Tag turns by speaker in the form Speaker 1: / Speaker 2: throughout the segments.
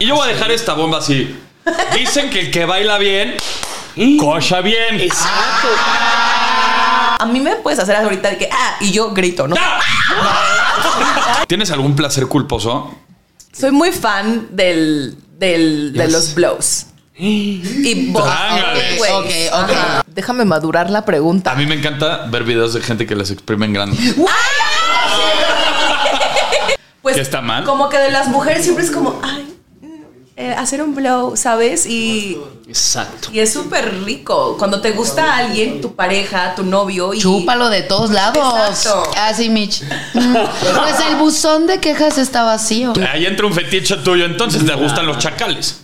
Speaker 1: Y yo voy a dejar esta bomba así. Dicen que el que baila bien, cocha bien.
Speaker 2: A mí me puedes hacer ahorita de que, ah, y yo grito, ¿no?
Speaker 1: ¿Tienes algún placer culposo?
Speaker 2: Soy muy fan del, del, de los blows. Y vos,
Speaker 1: Trángales.
Speaker 2: güey. Ajá. Déjame madurar la pregunta.
Speaker 1: A mí me encanta ver videos de gente que les exprimen grande.
Speaker 2: ¡Ah! Pues,
Speaker 1: ¿Qué está mal?
Speaker 2: Como que de las mujeres siempre es como, ay, mm, eh, hacer un blow, ¿sabes? Y,
Speaker 3: Exacto.
Speaker 2: y es súper rico. Cuando te gusta a alguien, tu pareja, tu novio, y
Speaker 4: Chúpalo de todos lados.
Speaker 2: Exacto.
Speaker 4: Así, Mitch. Mm, Pues el buzón de quejas está vacío.
Speaker 1: Ahí entra un fetiche tuyo, entonces te gustan los chacales.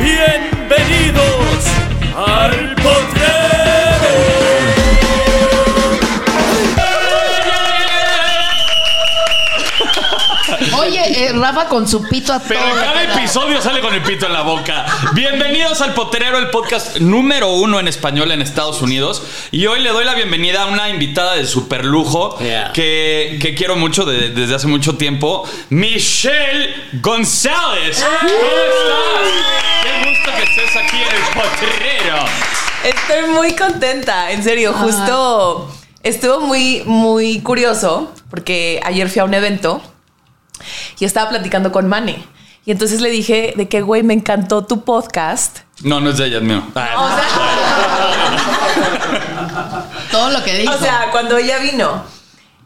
Speaker 5: Bienvenidos al potrero.
Speaker 4: Oye, eh, Rafa con su pito a
Speaker 1: Pero en
Speaker 4: todo.
Speaker 1: cada episodio sale con el pito en la boca. Bienvenidos al Potrero, el podcast número uno en español en Estados Unidos. Y hoy le doy la bienvenida a una invitada de super lujo
Speaker 3: Yeah.
Speaker 1: que, que quiero mucho de- desde hace mucho tiempo, Michelle González. ¿Cómo estás? Qué gusto que estés aquí en el Potrero.
Speaker 2: Estoy muy contenta, en serio, justo estuvo muy, muy curioso porque ayer fui a un evento y estaba platicando con Mane. Y entonces le dije de que, güey, me encantó tu podcast.
Speaker 1: No, no es de ella, es mío. Ah,
Speaker 2: O sea,
Speaker 4: Todo lo que dijo.
Speaker 2: o sea, cuando ella vino.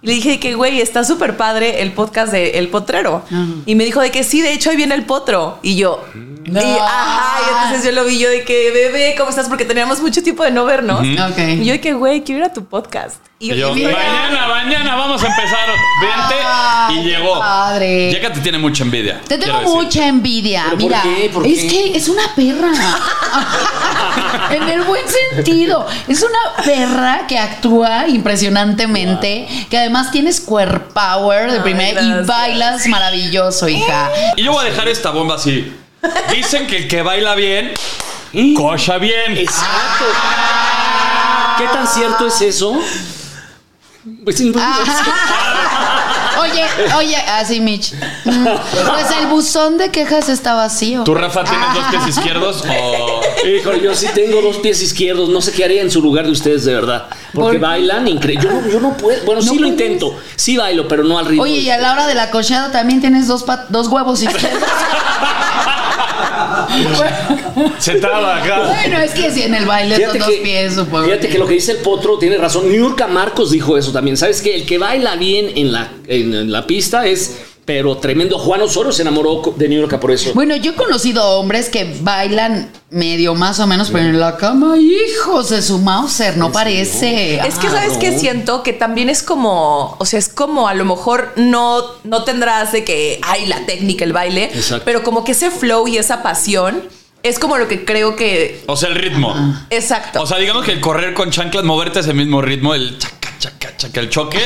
Speaker 2: Y le dije de que, güey, está súper padre el podcast de El Potrero. Y me dijo de que sí, de hecho, ahí viene el potro. Y yo, y, ajá, y entonces yo lo vi yo de que, bebé, ¿cómo estás? Porque teníamos mucho tiempo de no vernos.
Speaker 4: Ok.
Speaker 2: Y yo de que, güey, quiero ir a tu podcast.
Speaker 1: Y yo,
Speaker 4: mira.
Speaker 1: mañana, mañana vamos a empezar. Vente.
Speaker 4: Ay,
Speaker 1: Y
Speaker 4: qué
Speaker 1: llegó.
Speaker 4: padre.
Speaker 1: Llega, te tiene mucha envidia.
Speaker 4: Te tengo
Speaker 1: quiero decir.
Speaker 4: mucha envidia.
Speaker 3: ¿Pero por
Speaker 4: Mira,
Speaker 3: qué? ¿Por
Speaker 4: es
Speaker 3: qué?
Speaker 4: que es una perra. en el buen sentido. Es una perra que actúa impresionantemente, que además tienes cuerpo power de primera y
Speaker 2: gracias.
Speaker 4: bailas maravilloso, hija.
Speaker 1: Y yo voy a dejar esta bomba así. Dicen que el que baila bien, cocha bien.
Speaker 3: Exacto. ¿Qué tan cierto es eso? Pues sin duda.
Speaker 4: Ah. Oye, oye, así Mitch. Mm, Pues el buzón de quejas está vacío.
Speaker 1: ¿Tú, Rafa, tienes dos
Speaker 4: Ah.
Speaker 1: pies izquierdos Oh. o...?
Speaker 3: Híjole, yo sí tengo dos pies izquierdos. No sé qué haría en su lugar de ustedes, de verdad. Porque
Speaker 4: ¿Por-
Speaker 3: bailan increíble. Yo, no- yo no puedo. Bueno, sí lo intento. Sí bailo, pero no al ritmo.
Speaker 4: Oye, y a la hora de la cochada también tienes dos, pa- dos huevos izquierdos.
Speaker 1: Sentada acá.
Speaker 4: Bueno, es que si en el baile son dos pies, supongo.
Speaker 3: fíjate que lo que dice el potro tiene razón. Niurka Marcos dijo eso también. ¿Sabes qué? El que baila bien en la, en, en la pista es, pero tremendo. Juan Osorio se enamoró co- de Niurka por eso.
Speaker 4: Bueno, yo he conocido hombres que bailan medio más o menos, pero en la cama, hijos de su Mauser, no parece.
Speaker 2: Es que
Speaker 3: Ah,
Speaker 2: sabes
Speaker 3: no.
Speaker 2: que siento que también es como, o sea, es como a lo mejor no, no tendrás de que hay la técnica, el baile,
Speaker 3: Exacto.
Speaker 2: pero como que ese flow y esa pasión es como lo que creo que.
Speaker 1: O sea, el ritmo.
Speaker 2: Ah. Exacto.
Speaker 1: O sea, digamos que el correr con chanclas, moverte ese mismo ritmo, el chaca, chaca, chaca, el choque,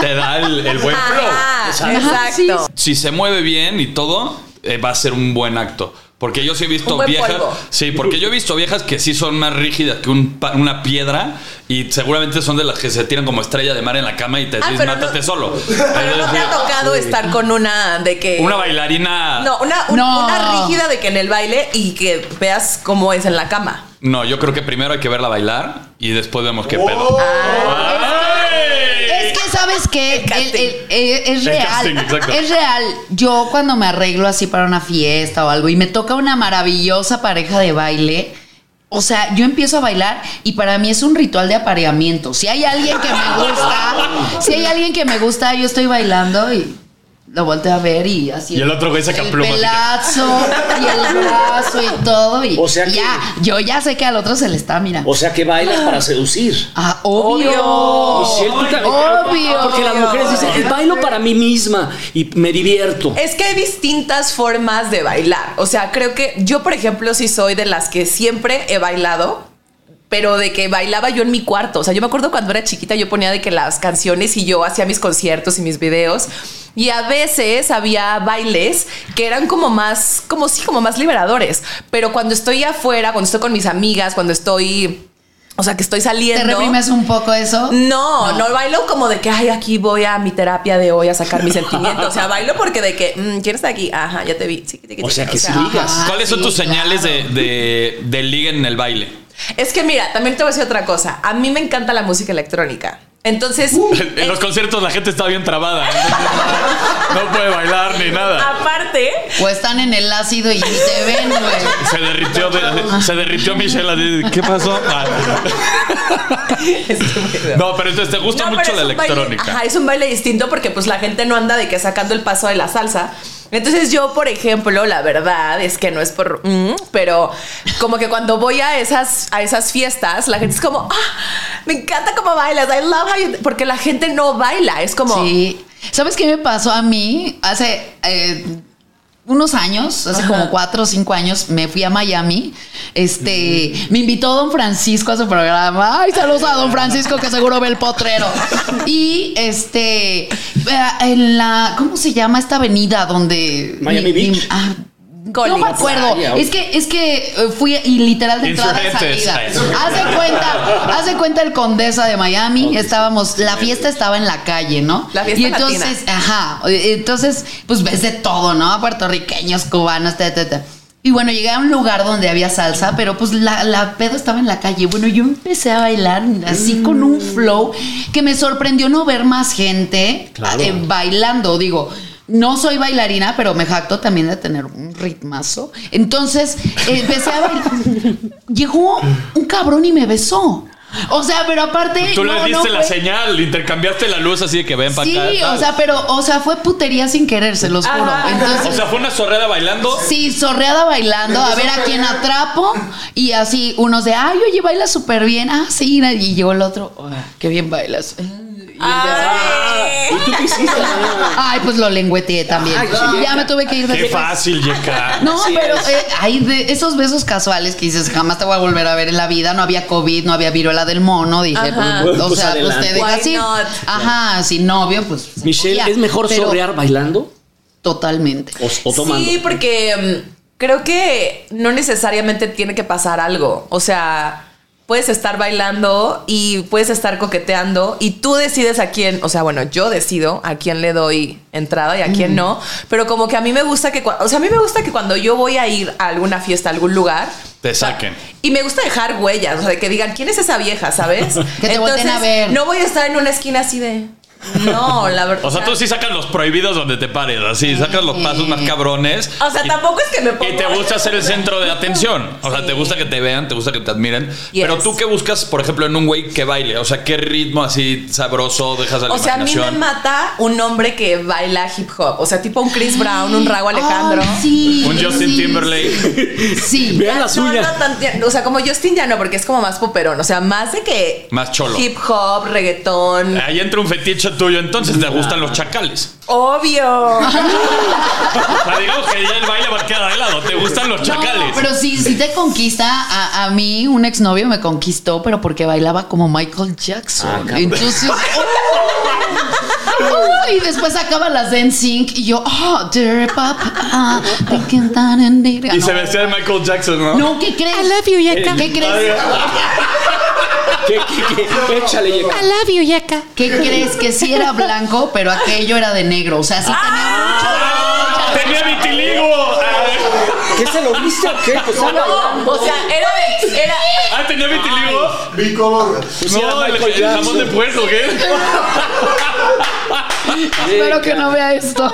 Speaker 1: te da el, el buen
Speaker 2: Ah.
Speaker 1: flow.
Speaker 2: Ajá,
Speaker 3: Exacto.
Speaker 2: exacto.
Speaker 1: Si se mueve bien y todo, eh, va a ser un buen acto. Porque yo sí he visto
Speaker 2: Un buen
Speaker 1: viejas.
Speaker 2: polvo.
Speaker 1: Sí, porque yo he visto viejas que sí son más rígidas que un pa- una piedra y seguramente son de las que se tiran como estrella de mar en la cama y te
Speaker 2: Ah,
Speaker 1: dices,
Speaker 2: pero
Speaker 1: mátate
Speaker 2: no-
Speaker 1: solo.
Speaker 2: Pero no te ha tocado estar con una de que.
Speaker 1: Una bailarina.
Speaker 2: No, una, un-
Speaker 4: No.
Speaker 2: una rígida de que en el baile y que veas cómo es en la cama.
Speaker 1: No, yo creo Ah. que primero hay que verla bailar y después vemos qué pedo.
Speaker 4: Es que, sabes que
Speaker 2: casting.
Speaker 4: eh, es
Speaker 1: El
Speaker 4: real.
Speaker 1: casting, exacto.
Speaker 4: es real. Yo cuando me arreglo así para una fiesta o algo y me toca una maravillosa pareja de baile. O sea, yo empiezo a bailar y para mí es un ritual de apareamiento. Si hay alguien que me gusta, si hay alguien que me gusta, yo estoy bailando y lo volteo a ver y así.
Speaker 1: Y el otro güey saca
Speaker 4: el
Speaker 1: plumas y que-
Speaker 4: pelazo y el brazo y todo. Y
Speaker 3: O sea que-
Speaker 4: ya, yo ya sé que al otro se le está, mira.
Speaker 3: O sea que bailas para seducir.
Speaker 4: Ah, obvio. Oh,
Speaker 2: Obvio.
Speaker 3: Y si él tú también-
Speaker 4: Obvio.
Speaker 3: Porque las mujeres dicen, "Eh, bailo para mí misma y me divierto.
Speaker 2: Es que hay distintas formas de bailar. O sea, creo que yo, por ejemplo, sí soy de las que siempre he bailado, pero de que bailaba yo en mi cuarto. O sea, yo me acuerdo cuando era chiquita, yo ponía de que las canciones y yo hacía mis conciertos y mis videos. Y a veces había bailes que eran como más, como sí, como más liberadores. Pero cuando estoy afuera, cuando estoy con mis amigas, cuando estoy, o sea, que estoy
Speaker 4: ¿Te
Speaker 2: saliendo.
Speaker 4: reprimes un poco eso?
Speaker 2: No,
Speaker 3: Ah.
Speaker 2: no, bailo como de que, ay, aquí voy a mi terapia de hoy a sacar mis sentimientos. O sea, bailo porque de que, mm, ¿quién está aquí? Ajá, ya te vi. Sí, tiqui, tiqui.
Speaker 3: O sea que sí
Speaker 4: Ajá.
Speaker 3: ligas.
Speaker 1: ¿Cuáles son
Speaker 4: Ah, sí,
Speaker 1: tus
Speaker 4: claro.
Speaker 1: señales de, de, de liga en el baile?
Speaker 2: Es que mira, también te voy a decir otra cosa. A mí me encanta la música electrónica. Entonces,
Speaker 3: Uh.
Speaker 1: En, en
Speaker 2: eh,
Speaker 1: los conciertos la gente está bien trabada. entonces, No puede bailar ni nada.
Speaker 2: aparte,
Speaker 4: O están en el ácido y ni te ven, güey.
Speaker 1: Se derritió, de- se derritió Michelle. así, ¿Qué pasó? Ah. No, pero entonces te gusta
Speaker 2: No,
Speaker 1: mucho
Speaker 2: pero
Speaker 1: la
Speaker 2: es un baile-
Speaker 1: electrónica.
Speaker 2: ajá, es un baile distinto porque pues la gente no anda de que sacando el paso de la salsa. Entonces yo, por ejemplo, la verdad es que no es por... mm, pero como que cuando voy a esas, a esas fiestas, la gente es como, ah, me encanta cómo bailas, I love how you-" Porque la gente no baila, es como...
Speaker 4: Sí. ¿Sabes qué me pasó a mí? Hace eh, unos años, hace como cuatro o cinco años, me fui a Miami. Este,
Speaker 3: Mm.
Speaker 4: me invitó Don Francisco a su programa. Ay, saludos a Don Francisco que seguro ve el potrero. Y este, eh, en la, ¿cómo se llama esta avenida donde
Speaker 3: Miami Beach.
Speaker 4: ah, no
Speaker 2: Collins.
Speaker 4: me acuerdo.
Speaker 3: Playa,
Speaker 4: Es que, es que eh, fui y literal de entrada a
Speaker 1: Insurgentes.
Speaker 4: salida.
Speaker 1: Ay, sí.
Speaker 4: Haz de cuenta, haz de cuenta el Condesa de Miami, estábamos, la fiesta estaba en la calle, ¿no?
Speaker 2: La fiesta
Speaker 4: Y entonces, ajá, entonces, pues ves de todo, ¿no? Puertorriqueños, cubanos, ta, ta, ta. Y bueno, llegué a un lugar donde había salsa, pero pues la, la pedo estaba en la calle. Bueno, yo empecé a bailar así con un flow que me sorprendió no ver más gente
Speaker 3: Claro.
Speaker 4: eh, bailando. Digo, no soy bailarina, pero me jacto también de tener un ritmazo. Entonces eh, empecé a bailar. Llegó un cabrón y me besó. O sea, pero aparte.
Speaker 1: Tú
Speaker 4: no,
Speaker 1: le
Speaker 4: no
Speaker 1: diste la
Speaker 4: fue-
Speaker 1: señal, intercambiaste la luz así de que ven para
Speaker 4: Sí,
Speaker 1: acá.
Speaker 4: o sea, pero, o sea, fue putería sin querer, se los juro.
Speaker 2: Ajá.
Speaker 4: Entonces,
Speaker 1: O sea, fue una sorrera bailando.
Speaker 4: Sí, zorreada bailando, a ver a quién atrapo. Y así, unos de, ay, oye, baila súper bien. Ah, sí, y yo el otro, "Ah, qué bien bailas. Y el de, Eh,
Speaker 2: Ay.
Speaker 3: ¿Y tú qué hiciste?
Speaker 4: Ay, pues lo lengüeteé también.
Speaker 3: Ay,
Speaker 4: ya me tuve que ir de
Speaker 1: Qué fácil, Yeka.
Speaker 4: No, pero eh, hay de esos besos casuales que dices, jamás te voy a volver a ver en la vida. No había COVID, no había viruela del mono. Dije,
Speaker 2: Ajá.
Speaker 4: pues, o
Speaker 3: Pues
Speaker 4: sea,
Speaker 3: adelante.
Speaker 4: ustedes
Speaker 2: Why
Speaker 4: así.
Speaker 2: not?
Speaker 4: Ajá, sin novio, pues. se
Speaker 3: Michelle,
Speaker 4: podía,
Speaker 3: ¿es mejor
Speaker 4: pero
Speaker 3: sorrear bailando
Speaker 4: Totalmente.
Speaker 3: o, o tomando?
Speaker 2: Sí, porque mm, creo que no necesariamente tiene que pasar algo. O sea, puedes estar bailando y puedes estar coqueteando y tú decides a quién, o sea, bueno, yo decido a quién le doy entrada y a
Speaker 4: Mm.
Speaker 2: quién no, pero como que a mí me gusta que, cua- o sea, a mí me gusta que cuando yo voy a ir a alguna fiesta, a algún lugar,
Speaker 1: Te saquen.
Speaker 2: y me gusta dejar huellas, o sea, que digan, ¿quién es esa vieja, sabes?
Speaker 4: Que te volteen a ver.
Speaker 2: No voy a estar en una esquina así de... No, la verdad.
Speaker 1: O sea, tú sí sacas los prohibidos donde te pares, así, sacas los pasos más cabrones.
Speaker 2: O sea,
Speaker 1: Y-
Speaker 2: tampoco es que me ponga...
Speaker 1: Y te gusta ser el centro de atención. O sea, te gusta que te vean, te gusta que te admiren. Pero tú qué buscas, por ejemplo, en un güey que baile. O sea, qué ritmo así sabroso dejas a la
Speaker 2: O sea, a mí me
Speaker 1: imaginación.
Speaker 2: mata un hombre que baila hip hop. O sea, tipo un Chris Brown, un Rago Alejandro.
Speaker 4: Ay, sí,
Speaker 1: un Justin
Speaker 4: sí,
Speaker 1: Timberlake.
Speaker 4: Sí.
Speaker 3: Vean la
Speaker 2: No, no
Speaker 3: suya.
Speaker 2: tan tierno. o sea, como Justin ya no, porque es como más poperón. O sea, más de que.
Speaker 1: Más cholo.
Speaker 2: Hip hop, reggaetón.
Speaker 1: Ahí entra un fetiche tuyo, entonces te gustan los chacales.
Speaker 2: Obvio.
Speaker 1: O sea, digamos que ya el baile va a quedar de lado. Te gustan los chacales.
Speaker 4: Ah. No, pero sí, sí te conquista. A, a mí un exnovio me conquistó, pero porque bailaba como Michael
Speaker 1: Ah,
Speaker 4: Jackson. Entonces. ¡oh! y después sacaba las de NSYNC y yo, oh, dear pop, ah, they can dance and dance".
Speaker 1: y
Speaker 4: no,
Speaker 1: se vestía de Michael Jackson, ¿no?
Speaker 4: no, ¿qué crees? I love you, ¿Qué crees?
Speaker 3: ¿Qué, qué, qué? Échale, Yeka.
Speaker 1: Ah.
Speaker 4: ¿Qué crees? Que sí era blanco, pero aquello era de negro. O sea, sí tenía mucho.
Speaker 1: Tenía vitiligo.
Speaker 3: ¿Qué se lo viste o qué? Pues estaba
Speaker 2: No, o sea, era de. Era,
Speaker 1: Ah, tenía vitiligo.
Speaker 6: Bicolor.
Speaker 3: Pues era
Speaker 1: No, el,
Speaker 3: Michael
Speaker 1: el jamón
Speaker 3: Jackson.
Speaker 1: de puerco, ¿qué?
Speaker 4: Espero que no vea esto.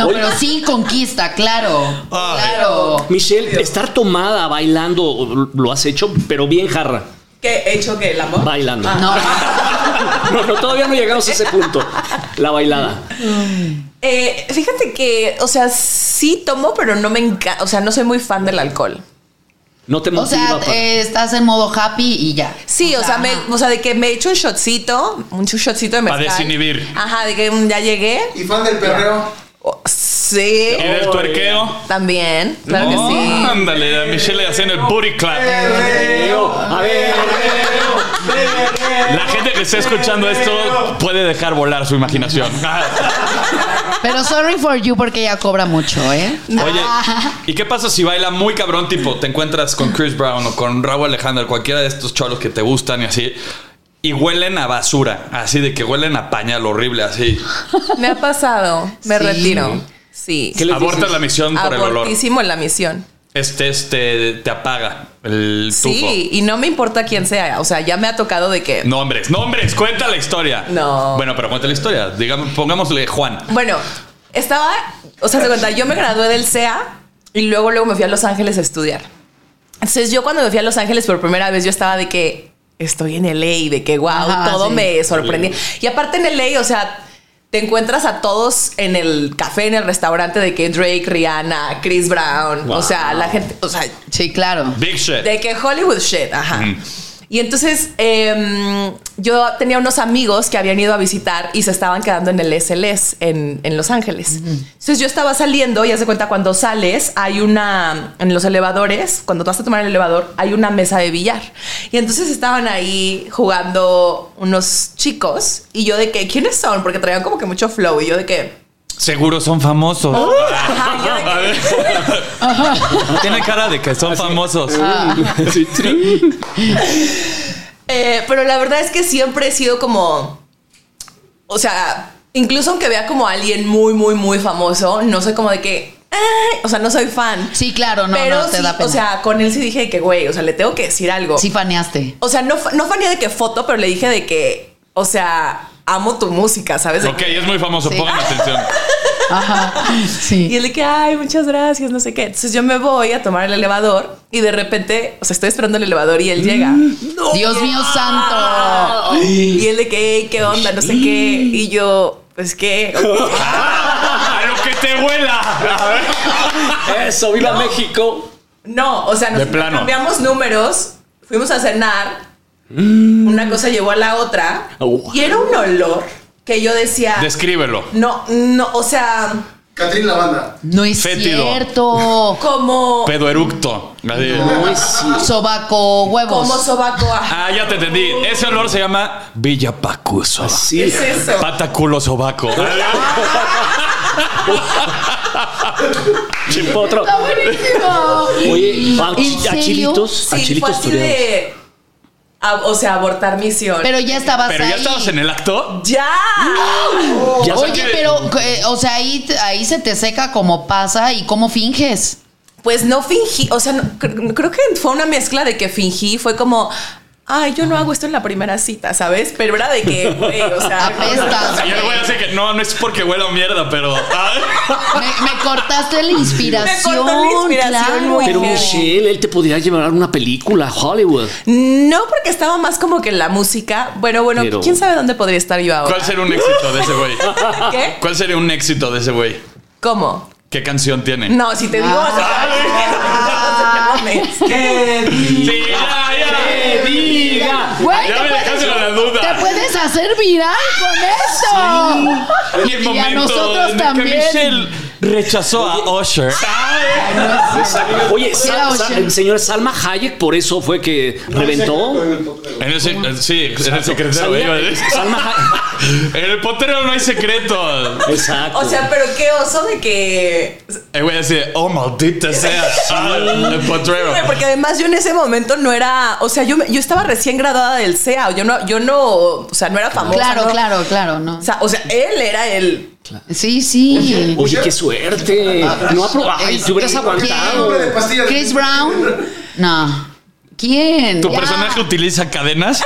Speaker 4: No, pero sí conquista, claro. Claro.
Speaker 3: Michelle, estar tomada bailando lo has hecho, pero bien jarra,
Speaker 2: ¿Qué he hecho que el amor?
Speaker 3: bailando.
Speaker 4: No.
Speaker 3: No, no, todavía no llegamos a ese punto. La bailada.
Speaker 2: Eh, fíjate que, o sea, sí tomo, pero no me encanta. O sea, no soy muy fan del alcohol.
Speaker 3: No te
Speaker 4: O
Speaker 3: motiva.
Speaker 4: sea,
Speaker 3: pa-
Speaker 4: eh, estás en modo happy y ya.
Speaker 2: Sí, o sea, me, o sea, de que me echo un shotcito, un shotcito de
Speaker 1: Pa'
Speaker 2: mezcal.
Speaker 1: desinhibir.
Speaker 2: Ajá, de que mm, ya llegué.
Speaker 6: ¿Y fan del perreo?
Speaker 2: Oh, sí.
Speaker 1: Y del tuerqueo.
Speaker 2: También, claro
Speaker 1: No,
Speaker 2: que sí.
Speaker 1: Ándale, a Michelle haciendo el booty clap.
Speaker 4: eh,
Speaker 6: Perreo.
Speaker 3: A ver,
Speaker 1: La gente que está escuchando esto puede dejar volar su imaginación.
Speaker 4: Pero sorry for you porque ella cobra mucho, ¿eh?
Speaker 1: Oye, ¿y qué pasa si baila muy cabrón tipo? Te encuentras con Chris Brown o con Raúl Alejandro, cualquiera de estos cholos que te gustan y así, y huelen a basura, así de que huelen a pañal horrible, así.
Speaker 2: Me ha pasado. Me
Speaker 4: Sí.
Speaker 2: retiro. Sí.
Speaker 3: ¿Qué les
Speaker 1: Abortas
Speaker 3: dices?
Speaker 1: la misión por el olor.
Speaker 2: Abortísimo en la misión.
Speaker 1: Este, este, te apaga el tufo.
Speaker 2: Sí, y no me importa quién sea. O sea, ya me ha tocado de que.
Speaker 1: Nombres, nombres, cuenta la historia.
Speaker 2: No.
Speaker 1: Bueno, pero cuenta la historia. Digamos, pongámosle Juan.
Speaker 2: Bueno, estaba. O sea, se cuenta, yo me gradué del CEA y luego, luego me fui a Los Ángeles a estudiar. Entonces, yo cuando me fui a Los Ángeles por primera vez, yo estaba de que estoy en LA, de que wow,
Speaker 4: Ajá,
Speaker 2: todo
Speaker 4: sí.
Speaker 2: me sorprendía. Y aparte en LA, o sea, te encuentras a todos en el café, en el restaurante, de que Drake, Rihanna, Chris Brown, o sea, la gente, o sea,
Speaker 4: Sí, claro.
Speaker 1: Big shit.
Speaker 2: De que Hollywood shit, ajá.
Speaker 1: Mm.
Speaker 2: Y entonces em, yo tenía unos amigos que habían ido a visitar y se estaban quedando en el SLS en, en Los Ángeles. Entonces yo estaba saliendo y haz de cuenta cuando sales hay una, en los elevadores, cuando tú vas a tomar el elevador, hay una mesa de billar. Y entonces estaban ahí jugando unos chicos y yo de que, ¿quiénes son? Porque traían como que mucho flow y yo de que...
Speaker 1: Seguro son famosos.
Speaker 2: Ajá, yo de que-
Speaker 1: A ver. Tiene cara de que son famosos.
Speaker 2: Ah,
Speaker 3: Sí, sí.
Speaker 2: Eh, pero la verdad es que siempre he sido como. O sea, incluso aunque vea como a alguien muy, muy, muy famoso, no soy como de que. "Ay", o sea, no soy fan.
Speaker 4: Sí, claro, no,
Speaker 2: pero
Speaker 4: no te
Speaker 2: sí,
Speaker 4: da pena.
Speaker 2: o sea, con él sí dije que, güey, o sea, le tengo que decir algo.
Speaker 4: sí faneaste.
Speaker 2: O sea, no, fa- no fanía de que foto, pero le dije de que, o sea, amo tu música, ¿sabes?
Speaker 1: Ok, es muy famoso,
Speaker 4: Sí.
Speaker 2: Ah.
Speaker 1: pongan atención.
Speaker 4: Ajá.
Speaker 2: Y
Speaker 4: Sí.
Speaker 2: él de que, ay, muchas gracias, no sé qué. Entonces yo me voy a tomar el elevador y de repente, o sea, estoy esperando el elevador y él llega.
Speaker 4: Mm. Dios mío santo.
Speaker 2: Y él de que, "Ey, ¿qué onda? No sé qué. Y yo, pues qué.
Speaker 1: ¡A lo que te huela!
Speaker 3: Eso, viva México.
Speaker 2: No, o sea, nos
Speaker 1: De plano.
Speaker 2: cambiamos números, fuimos a cenar,
Speaker 1: Mm.
Speaker 2: una cosa llevó a la otra.
Speaker 3: Oh.
Speaker 2: Y era un olor que yo decía,
Speaker 1: Descríbelo.
Speaker 2: no, no, o sea,
Speaker 6: Catrín Lavanda.
Speaker 4: No es
Speaker 1: Fétido.
Speaker 4: cierto.
Speaker 2: como,
Speaker 1: Pedo eructo. Así.
Speaker 4: Sobaco, huevos.
Speaker 2: como sobaco. ajá.
Speaker 1: Ah, ya te entendí. Ese olor se llama Villa Pacuso.
Speaker 3: Sí.
Speaker 2: ¿Qué es eso?
Speaker 1: Pata culo sobaco.
Speaker 3: Chimpotro.
Speaker 4: Está buenísimo.
Speaker 3: Oye, a,
Speaker 4: ¿En serio?
Speaker 3: chilitos,
Speaker 2: Sí,
Speaker 3: a
Speaker 2: fue
Speaker 3: chilitos
Speaker 2: así
Speaker 3: tureados.
Speaker 2: de, a- o sea, abortar misión.
Speaker 4: Pero ya estabas
Speaker 1: Ah, Pero ya
Speaker 4: ahí.
Speaker 1: estabas en el acto.
Speaker 2: ya.
Speaker 3: Ya sabes
Speaker 4: Oye,
Speaker 3: que-
Speaker 4: pero, eh, o sea, ahí, ahí se te seca como pasa y cómo finges.
Speaker 2: Pues no fingí, o sea, no- cre- creo que fue una mezcla de que fingí, fue como, ay, yo no hago esto en la primera cita, ¿sabes? Pero era de que, güey, o sea,
Speaker 4: Apestas.
Speaker 1: Y el güey hace que Ah, no, no es porque huela a mierda, pero. Ah.
Speaker 4: Me, me cortaste la inspiración.
Speaker 2: Me cortó la inspiración,
Speaker 4: claro.
Speaker 2: muy
Speaker 3: Pero
Speaker 2: Oye.
Speaker 3: Michelle, él te podría llevar a una película a Hollywood.
Speaker 2: No, porque estaba más como que en la música. Bueno, bueno,
Speaker 3: Pero-
Speaker 2: quién sabe dónde podría estar yo ahora.
Speaker 1: ¿Cuál sería un éxito de ese güey?
Speaker 2: ¿Qué?
Speaker 1: ¿Cuál sería un éxito de ese güey?
Speaker 2: ¿Cómo?
Speaker 1: ¿Qué canción tiene?
Speaker 2: No, si te digo. o
Speaker 1: Ah,
Speaker 2: sea,
Speaker 1: Sí, ya, ya.
Speaker 3: diga!
Speaker 4: Güey,
Speaker 1: Ya
Speaker 4: te
Speaker 1: me dejaste con la
Speaker 4: puedes,
Speaker 1: duda.
Speaker 4: te puedes hacer viral con eso.
Speaker 1: Y el
Speaker 4: Y a
Speaker 1: momento
Speaker 4: nosotros
Speaker 1: en el
Speaker 4: también.
Speaker 1: que Michelle rechazó a Usher.
Speaker 3: Oye, Sal-
Speaker 4: Ocean.
Speaker 3: Sal- señor Salma Hayek, por eso fue que reventó.
Speaker 1: En el, se- sí, en el secretario.
Speaker 3: Salma-
Speaker 1: iba a decir.
Speaker 3: Salma Hayek.
Speaker 1: En el potero no hay secreto.
Speaker 3: Exacto.
Speaker 2: o sea, pero qué oso de que.
Speaker 1: El güey dice, oh maldita sea. Ah, el potrero.
Speaker 2: Güey, Porque además yo en ese momento no era. O sea, yo, me- yo estaba recién graduada del CEA. Yo no, yo no. O sea, no era famosa.
Speaker 4: Claro,
Speaker 2: no-
Speaker 4: claro, claro, no.
Speaker 2: O sea, o sea, él era el.
Speaker 4: Sí, sí.
Speaker 3: Oye, qué suerte. No aprobado. Ay, te hubieras
Speaker 4: Este,
Speaker 3: aguantado.
Speaker 6: Hombre de pastillas.
Speaker 4: Chris Brown. No. ¿Quién?
Speaker 1: ¿Tu
Speaker 4: Ya.
Speaker 1: personaje utiliza cadenas?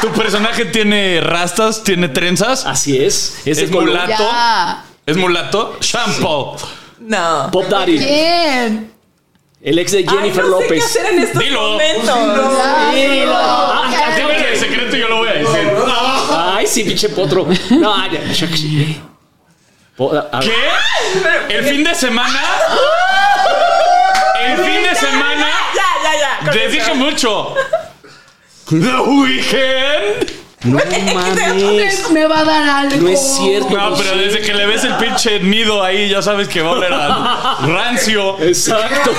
Speaker 1: ¿Tu personaje tiene rastas? ¿Tiene trenzas?
Speaker 3: Así es. Es, de
Speaker 1: Es
Speaker 3: color.
Speaker 1: mulato.
Speaker 4: Ya.
Speaker 1: ¿Es mulato? Shampoo.
Speaker 2: No.
Speaker 3: Pop Daddy.
Speaker 4: ¿Quién?
Speaker 3: El ex de Jennifer
Speaker 2: Ay, no sé qué
Speaker 3: López.
Speaker 2: hacer en estos
Speaker 1: Dilo.
Speaker 2: momentos.
Speaker 3: Sí, lo- Ah,
Speaker 1: Dime
Speaker 3: cállate.
Speaker 1: el secreto y yo lo voy a decir.
Speaker 3: Ay, sí, pinche potro. No, ay, ya, ya, ya. Po- a- a-
Speaker 1: Ah, ¿Qué? ¿El fin de semana? ¿El fin de semana?
Speaker 2: Ya, ya, ya. con
Speaker 1: Les
Speaker 2: eso.
Speaker 1: dije mucho. The weekend.
Speaker 3: No
Speaker 2: mames.
Speaker 3: mames.
Speaker 4: Me va a dar algo.
Speaker 3: No es cierto. pues.
Speaker 1: No, pero desde que le ves el pinche nido ahí, ya sabes que va a oler a rancio.
Speaker 3: Exacto.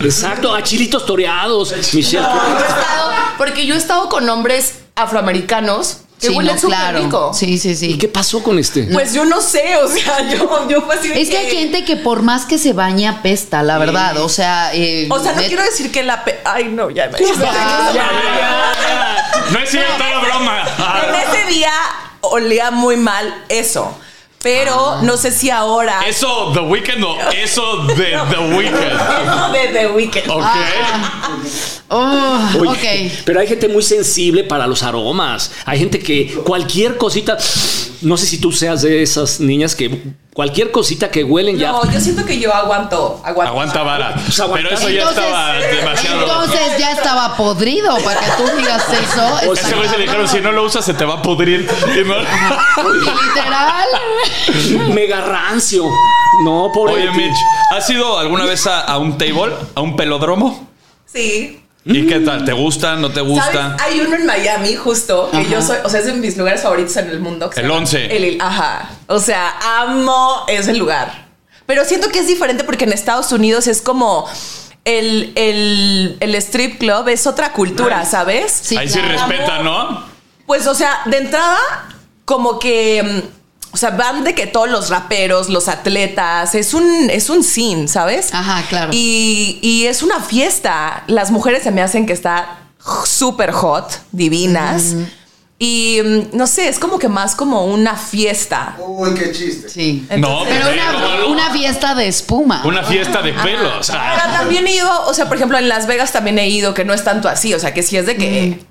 Speaker 3: Exacto. A chilitos toreados. Michelle.
Speaker 2: Yo he estado- Porque yo he estado con hombres afroamericanos que
Speaker 4: Sí,
Speaker 2: huelen
Speaker 4: no,
Speaker 2: súper
Speaker 4: claro.
Speaker 2: rico.
Speaker 4: Sí, sí, sí.
Speaker 3: ¿Y qué pasó con este?
Speaker 2: Pues yo no sé, o sea, yo, yo fue así de
Speaker 4: Es que hay gente que por más que se baña, pesta, la verdad. O sea, eh,
Speaker 2: O sea, no
Speaker 4: ve-
Speaker 2: quiero decir que la... pe- Ay, no, ya me...
Speaker 4: Ah,
Speaker 1: No es cierto, era broma.
Speaker 2: En ese día olía muy mal eso. Pero
Speaker 4: Ah.
Speaker 2: no sé si ahora...
Speaker 1: Eso The Weeknd o eso de The Weeknd.
Speaker 2: Eso de The Weeknd.
Speaker 1: Ok.
Speaker 4: Oh,
Speaker 3: Oye,
Speaker 4: ok.
Speaker 3: Pero hay gente muy sensible para los aromas. Hay gente que cualquier cosita. No sé si tú seas de esas niñas que cualquier cosita que huelen ya.
Speaker 2: No, yo siento que yo aguanto. Aguanto.
Speaker 1: Aguanta vara.
Speaker 3: aguanta.
Speaker 1: Pero eso ya estaba demasiado.
Speaker 4: Entonces ya estaba podrido para que tú digas eso.
Speaker 1: Ese güey se le dijeron, si no lo usas se te va a pudrir. Y no-
Speaker 4: Literal.
Speaker 3: Mega rancio. No, pobre. de
Speaker 1: Oye,
Speaker 3: ti.
Speaker 1: Mitch, ¿has ido alguna vez a, a un table, a un pelodromo?
Speaker 2: Sí.
Speaker 1: ¿Y qué tal? ¿Te gusta? ¿No te gusta?
Speaker 4: Ah,
Speaker 2: ¿Sabes? Hay uno en Miami, justo, que
Speaker 4: Ajá.
Speaker 2: yo soy, o sea, es de mis lugares favoritos en el mundo. que se
Speaker 1: El
Speaker 2: llama-
Speaker 1: 11.
Speaker 2: El, el- ajá. O sea, amo ese lugar. Pero siento que es diferente porque en Estados Unidos es como el, el, el strip club, es otra cultura, ¿sabes?
Speaker 4: Sí,
Speaker 1: Ahí sí
Speaker 4: claro.
Speaker 1: respeta, ¿no?
Speaker 2: Pues, o sea, de entrada, como que. mm, O sea, van de que todos los raperos, los atletas, es un, es un scene, ¿sabes?
Speaker 4: Ajá, claro.
Speaker 2: Y, y es una fiesta. Las mujeres se me hacen que está súper hot, divinas. Y mm, no sé, es como que más como una fiesta.
Speaker 6: Uy, qué chiste.
Speaker 4: Sí.
Speaker 1: No,
Speaker 2: Entonces-
Speaker 4: Pero
Speaker 1: pero-
Speaker 4: una, una fiesta de espuma.
Speaker 1: Una fiesta de pelos. Ah,
Speaker 2: Pero también he ido, o sea, por ejemplo, en Las Vegas también he ido, que no es tanto así, o sea, que sí es de que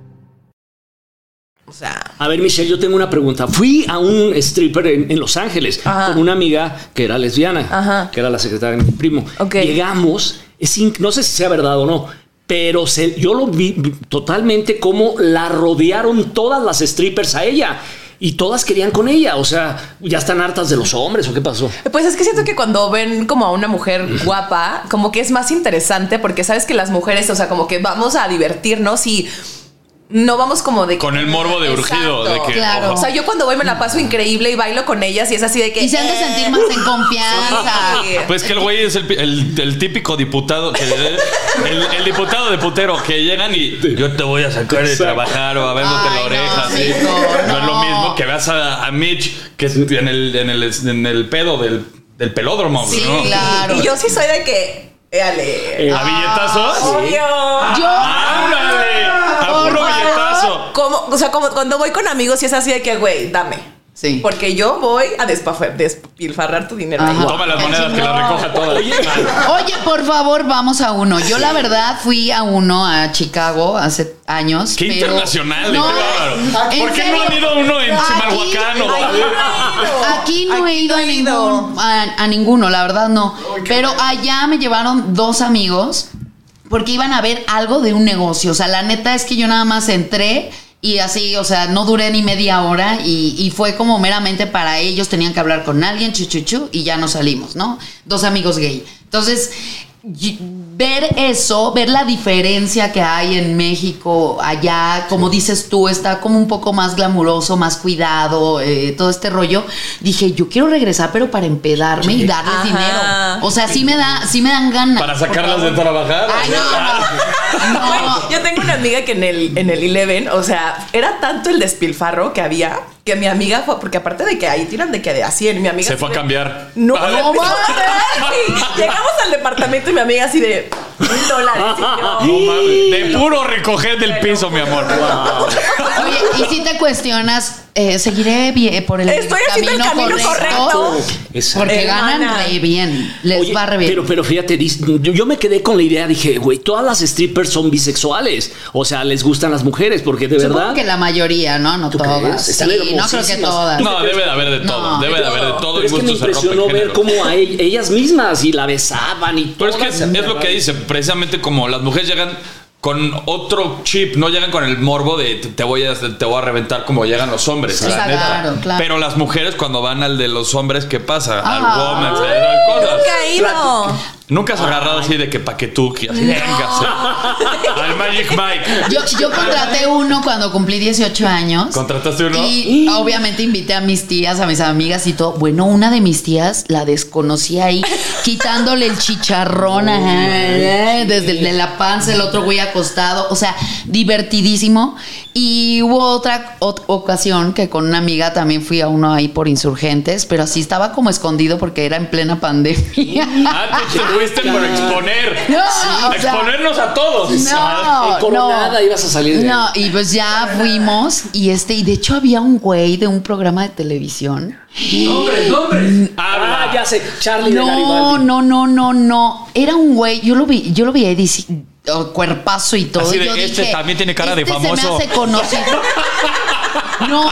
Speaker 3: A ver, Michelle, yo tengo una pregunta. Fui a un stripper en, en Los Ángeles
Speaker 2: Ajá.
Speaker 3: con una amiga que era lesbiana,
Speaker 2: Ajá.
Speaker 3: que era la secretaria de mi primo.
Speaker 2: Ok.
Speaker 3: Llegamos, es inc- no sé si sea verdad o no, pero se- yo lo vi vi totalmente como la rodearon todas las strippers a ella y todas querían con ella. O sea, ya están hartas de los hombres o qué pasó.
Speaker 2: Pues es que siento que cuando ven como a una mujer guapa, como que es más interesante porque sabes que las mujeres, o sea, como que vamos a divertirnos y no vamos como de...
Speaker 1: Con el morbo de urgido, de que,
Speaker 4: Claro.
Speaker 2: O sea, yo cuando voy me la paso increíble y bailo con ellas y es así de que... "Eh,
Speaker 4: Y se han de sentir más en confianza.
Speaker 2: Sí.
Speaker 1: Pues que el güey es el, pi- el- el típico diputado, que- el, el diputado de putero que llegan y yo te voy a sacar de trabajar o a vernos de la
Speaker 4: Ay,
Speaker 1: oreja. sí.
Speaker 4: no, amigo,
Speaker 1: No es lo
Speaker 4: no.
Speaker 1: mismo que veas a, a Mitch que es en el, en el, en el pedo del, del pelódromo.
Speaker 4: Sí,
Speaker 1: ¿no?
Speaker 4: claro. Ah,
Speaker 2: Y yo sí soy de que... Dale.
Speaker 3: Eh,
Speaker 1: ¿A billetazos?
Speaker 2: Obvio.
Speaker 4: Yo-
Speaker 1: ¡Ándale! ¡A
Speaker 4: Por
Speaker 1: Ah, puro
Speaker 4: favor.
Speaker 1: billetazo!
Speaker 2: Como, o sea, como cuando voy con amigos y es así de que, güey, dame.
Speaker 4: Sí.
Speaker 2: Porque yo voy a despafe- despilfarrar tu dinero.
Speaker 4: Ajá.
Speaker 1: Toma las monedas, que
Speaker 4: No.
Speaker 1: las recoja Ah, todas.
Speaker 4: Oye, por favor, vamos a uno. Yo la verdad fui a uno a Chicago hace años.
Speaker 1: Qué
Speaker 4: pero-
Speaker 1: internacional,
Speaker 4: No,
Speaker 1: qué bárbaro.
Speaker 4: ¿en
Speaker 1: ¿Por qué no han
Speaker 4: serio?
Speaker 1: ido uno en
Speaker 4: Aquí-
Speaker 1: Chimalhuacán? o-
Speaker 4: Aquí no he
Speaker 2: Aquí
Speaker 4: ido,
Speaker 2: no
Speaker 4: a,
Speaker 2: he ido.
Speaker 4: ningún, a, a ninguno, la verdad no.
Speaker 6: Ay, qué
Speaker 4: Pero
Speaker 6: mal.
Speaker 4: allá me llevaron dos amigos porque iban a ver algo de un negocio. O sea, la neta es que yo nada más entré y así, o sea, no duré ni media hora y, y fue como meramente para ellos, tenían que hablar con alguien, chuchuchu, y ya nos salimos, ¿no? Dos amigos gay. Entonces, y- ver eso, ver la diferencia que hay en México, allá, como dices tú, está como un poco más glamuroso, más cuidado, eh, todo este rollo. Dije, yo quiero regresar, pero para empedarme y darles
Speaker 2: Ajá.
Speaker 4: dinero. O sea, sí me, da, sí me dan ganas.
Speaker 1: Para sacarlas de trabajar.
Speaker 4: Ay, no. No.
Speaker 2: Güey, yo tengo una amiga que en el, en el Eleven, o sea, era tanto el despilfarro que había que mi amiga fue, porque aparte de que ahí tiran de que de a 100, mi amiga.
Speaker 1: Se
Speaker 2: así
Speaker 1: fue a
Speaker 2: de-
Speaker 1: cambiar. Ah,
Speaker 2: No,
Speaker 1: Vale.
Speaker 2: no mames. Sí, Llegamos al departamento y mi amiga así de mil dólares. y yo,
Speaker 1: No mames. Oh, De puro recoger del piso, mi amor.
Speaker 4: Oye, y si te cuestionas, eh, ¿seguiré bien por el
Speaker 2: Estoy haciendo el camino correcto. Eh,
Speaker 3: Exacto.
Speaker 4: Porque
Speaker 2: Hermana.
Speaker 4: ganan re bien. Les
Speaker 3: Oye,
Speaker 4: va re bien.
Speaker 3: Pero, pero fíjate, dis- yo, yo me quedé con la idea, dije, güey, todas las strippers son bisexuales. O sea, les gustan las mujeres, porque de
Speaker 4: Supongo
Speaker 3: verdad.
Speaker 4: que la mayoría, ¿no? No
Speaker 3: ¿Tú
Speaker 4: todas.
Speaker 3: crees? Están
Speaker 4: Sí, no creo que
Speaker 3: hermosísimas.
Speaker 4: todas.
Speaker 1: No, debe de haber de todo.
Speaker 4: No,
Speaker 1: debe de haber de todo.
Speaker 3: Pero
Speaker 1: el
Speaker 3: es que
Speaker 1: gusto
Speaker 3: me
Speaker 1: se rompe
Speaker 3: impresionó ver
Speaker 1: géneros.
Speaker 3: cómo a el- ellas mismas y la besaban y todo.
Speaker 1: Pero es que es, es lo que dice, precisamente como las mujeres llegan con otro chip, no llegan con el morbo de te te voy a, te voy a reventar como llegan los hombres. la
Speaker 4: Claro,
Speaker 1: neta.
Speaker 4: claro.
Speaker 1: Pero las mujeres cuando van al de los hombres, ¿qué pasa? Al
Speaker 4: Ah.
Speaker 1: woman, se dan cosas.
Speaker 2: Nunca he ido.
Speaker 1: Nunca has agarrado así de que pa' que tú, que así, véngase. Al Magic Mike.
Speaker 4: Yo, yo contraté uno cuando cumplí 18 años.
Speaker 1: ¿Contrataste uno?
Speaker 4: Y obviamente invité a mis tías, a mis amigas y todo. Bueno, una de mis tías la desconocí ahí, quitándole el chicharrón ajá, desde el de la panza, el otro güey acostado. O sea, divertidísimo. Y hubo otra ot- ocasión que con una amiga también fui a uno ahí por insurgentes, pero así estaba como escondido porque era en plena pandemia.
Speaker 3: Ah,
Speaker 1: Antes Ah, te fuiste por exponer.
Speaker 4: No, o sea-
Speaker 1: Exponernos a todos.
Speaker 4: No,
Speaker 3: coronada
Speaker 4: no.
Speaker 3: ibas a salir de
Speaker 4: No, y pues ya fuimos y este y de hecho había un güey de un programa de televisión.
Speaker 3: ¡Nombres, nombres!
Speaker 1: Habla.
Speaker 3: Ah, ya sé, Charlie de
Speaker 4: No,
Speaker 3: Garibaldi.
Speaker 4: no, no, no, no. Era un güey, yo lo vi, yo lo vi ahí dice, oh, cuerpazo y todo.
Speaker 1: Así de,
Speaker 4: yo
Speaker 1: "Este
Speaker 4: dije,
Speaker 1: también tiene cara de
Speaker 4: "Este Se
Speaker 1: famoso".
Speaker 4: me hace conocido. No,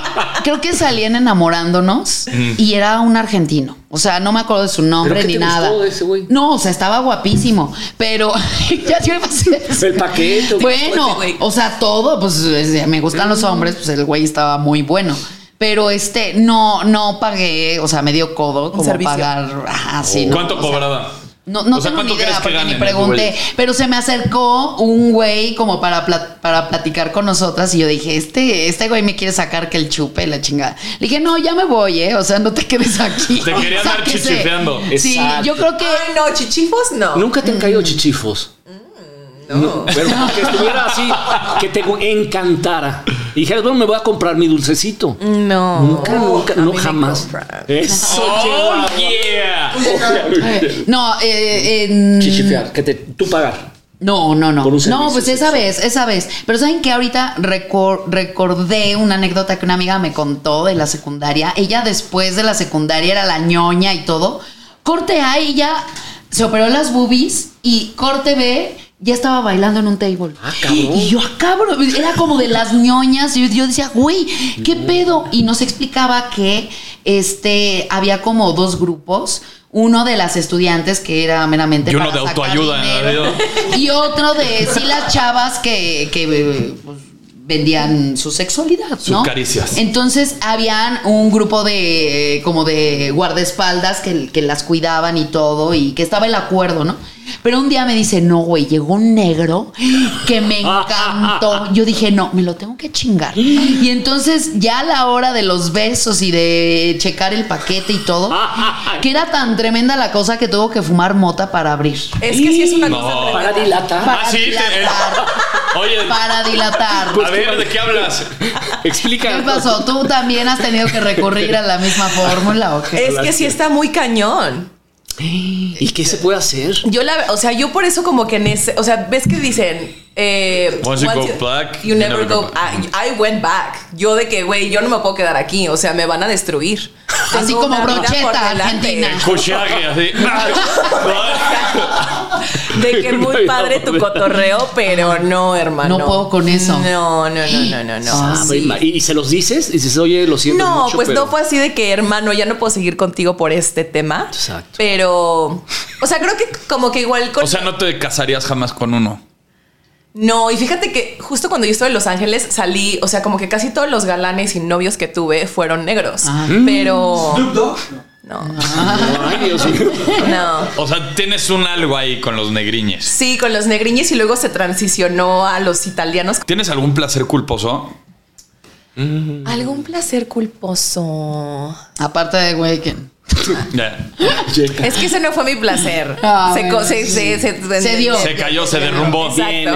Speaker 4: creo que salían enamorándonos y era un argentino. O sea, no me acuerdo de su nombre
Speaker 3: ¿Pero
Speaker 4: ni
Speaker 3: qué te gustó
Speaker 4: nada.
Speaker 3: de ese güey?
Speaker 4: No, o sea, estaba guapísimo. Pero ya yo iba a hacer eso.
Speaker 3: El paquete.
Speaker 4: Bueno,
Speaker 2: güey.
Speaker 4: o sea, todo, pues es- me gustan los hombres, pues el güey estaba muy bueno. Pero este, no, no pagué, o sea, me dio codo como
Speaker 2: servicio.
Speaker 4: pagar así.
Speaker 1: ¿Cuánto cobraba?
Speaker 4: No, no
Speaker 1: O sea,
Speaker 4: tengo ni
Speaker 1: ¿cuánto crees
Speaker 4: idea
Speaker 1: que
Speaker 4: porque ni
Speaker 1: ganen los
Speaker 4: pregunté,
Speaker 1: güeyes?
Speaker 4: pero se me acercó un güey como para, pla- para platicar con nosotras y yo dije, este, este güey me quiere sacar que el chupe la chingada. Le dije, no, ya me voy, eh, o sea, no te quedes aquí.
Speaker 1: Te quería andar
Speaker 4: Sáquese.
Speaker 1: chichifeando.
Speaker 4: Sí,
Speaker 3: Exacto.
Speaker 4: yo creo que...
Speaker 2: Ay, no, chichifos no.
Speaker 3: Nunca te han caído chichifos. Mm, No. Pero que estuviera así, que te encantara. Y dijeras, bueno, me voy a comprar mi dulcecito.
Speaker 2: No.
Speaker 3: Nunca, nunca, no,
Speaker 2: me
Speaker 3: jamás.
Speaker 2: compran.
Speaker 3: Eso,
Speaker 1: Oh,
Speaker 3: Chihuahua.
Speaker 1: yeah.
Speaker 4: No, eh, en-
Speaker 3: Chichifear, que te, tú pagar.
Speaker 4: No, no, no.
Speaker 3: Por un servicio
Speaker 4: No, pues esa vez, esa vez. Pero saben que ahorita recor- recordé una anécdota que una amiga me contó de la secundaria. Ella después de la secundaria era la ñoña y todo. Corte A, ella se operó las boobies y corte B. Ya estaba bailando en un table.
Speaker 3: Ah, cabrón.
Speaker 4: Y yo, ah, cabrón. Era como de las ñoñas. Y yo, yo decía, güey, ¿qué
Speaker 3: Mm.
Speaker 4: pedo? Y nos explicaba que este, había como dos grupos. Uno de las estudiantes que era meramente
Speaker 1: Y uno
Speaker 4: para
Speaker 1: de
Speaker 4: sacar
Speaker 1: autoayuda,
Speaker 4: dinero.
Speaker 1: ¿no?
Speaker 4: Y otro de sí las chavas que, que, eh, pues, vendían su sexualidad, ¿no?
Speaker 1: Sus caricias.
Speaker 4: Entonces habían un grupo de eh, como de guardaespaldas que, que las cuidaban y todo y que estaba el acuerdo, ¿no? Pero un día me dice, no, güey, llegó un negro que me encantó. Yo dije, no, me lo tengo que chingar. Y entonces ya a la hora de los besos y de checar el paquete y todo, que era tan tremenda la cosa que tuvo que fumar mota para abrir.
Speaker 2: Es que sí es una
Speaker 1: No.
Speaker 2: cosa
Speaker 3: Para
Speaker 2: tremenda.
Speaker 3: dilatar.
Speaker 4: Para
Speaker 1: Ah, sí. te- Pues,
Speaker 4: dilatar.
Speaker 1: Oye,
Speaker 4: Para dilatar.
Speaker 1: a ver, ¿de qué hablas?
Speaker 3: Explica.
Speaker 4: ¿Qué pasó? ¿Tú también has tenido que recurrir a la misma fórmula o qué?
Speaker 2: Es que sí está muy cañón.
Speaker 3: ¿Y qué se puede hacer?
Speaker 2: Yo la, o sea, yo por eso como que en ese, o sea, ves que dicen, eh,
Speaker 1: Once you go black,
Speaker 2: you never, go, I, I went back. Yo de que, güey, yo no me puedo quedar aquí. O sea, me van a destruir.
Speaker 4: Así
Speaker 2: Tengo
Speaker 4: como
Speaker 2: una vida
Speaker 4: brocheta
Speaker 2: por delante.
Speaker 4: argentina.
Speaker 1: Cocheaje, así.
Speaker 2: De que muy padre tu cotorreo, pero no, hermano.
Speaker 4: No puedo con eso.
Speaker 2: No, no, no, no, no, no.
Speaker 4: Ah,
Speaker 3: Ay, ma- ¿Y, y se los dices? Y dices, oye, lo siento
Speaker 2: No,
Speaker 3: mucho,
Speaker 2: pues
Speaker 3: pero-
Speaker 2: no fue así de que, hermano, ya no puedo seguir contigo por este tema.
Speaker 3: Exacto.
Speaker 2: Pero, o sea, creo que como que igual con...
Speaker 1: O sea, no te casarías jamás con uno.
Speaker 2: no, y fíjate que justo cuando yo estuve en Los Ángeles salí, o sea, como que casi todos los galanes y novios que tuve fueron negros.
Speaker 4: Ah.
Speaker 2: Pero...
Speaker 6: Snoop Dogg.
Speaker 2: No,
Speaker 3: Ay, Dios mío.
Speaker 2: no.
Speaker 1: O sea, tienes un algo ahí con los negriñes.
Speaker 2: Sí, con los negriñes y luego se transicionó a los italianos.
Speaker 1: ¿Tienes algún placer culposo?
Speaker 2: ¿Algún placer culposo?
Speaker 4: Aparte de güey que
Speaker 1: Ya.
Speaker 2: Es que ese no fue mi placer.
Speaker 4: Ah,
Speaker 2: se, co-
Speaker 4: bueno,
Speaker 2: se-
Speaker 4: sí.
Speaker 2: se- se-
Speaker 4: Se dio.
Speaker 1: Se cayó, se derrumbó.
Speaker 2: Exacto.
Speaker 3: Bien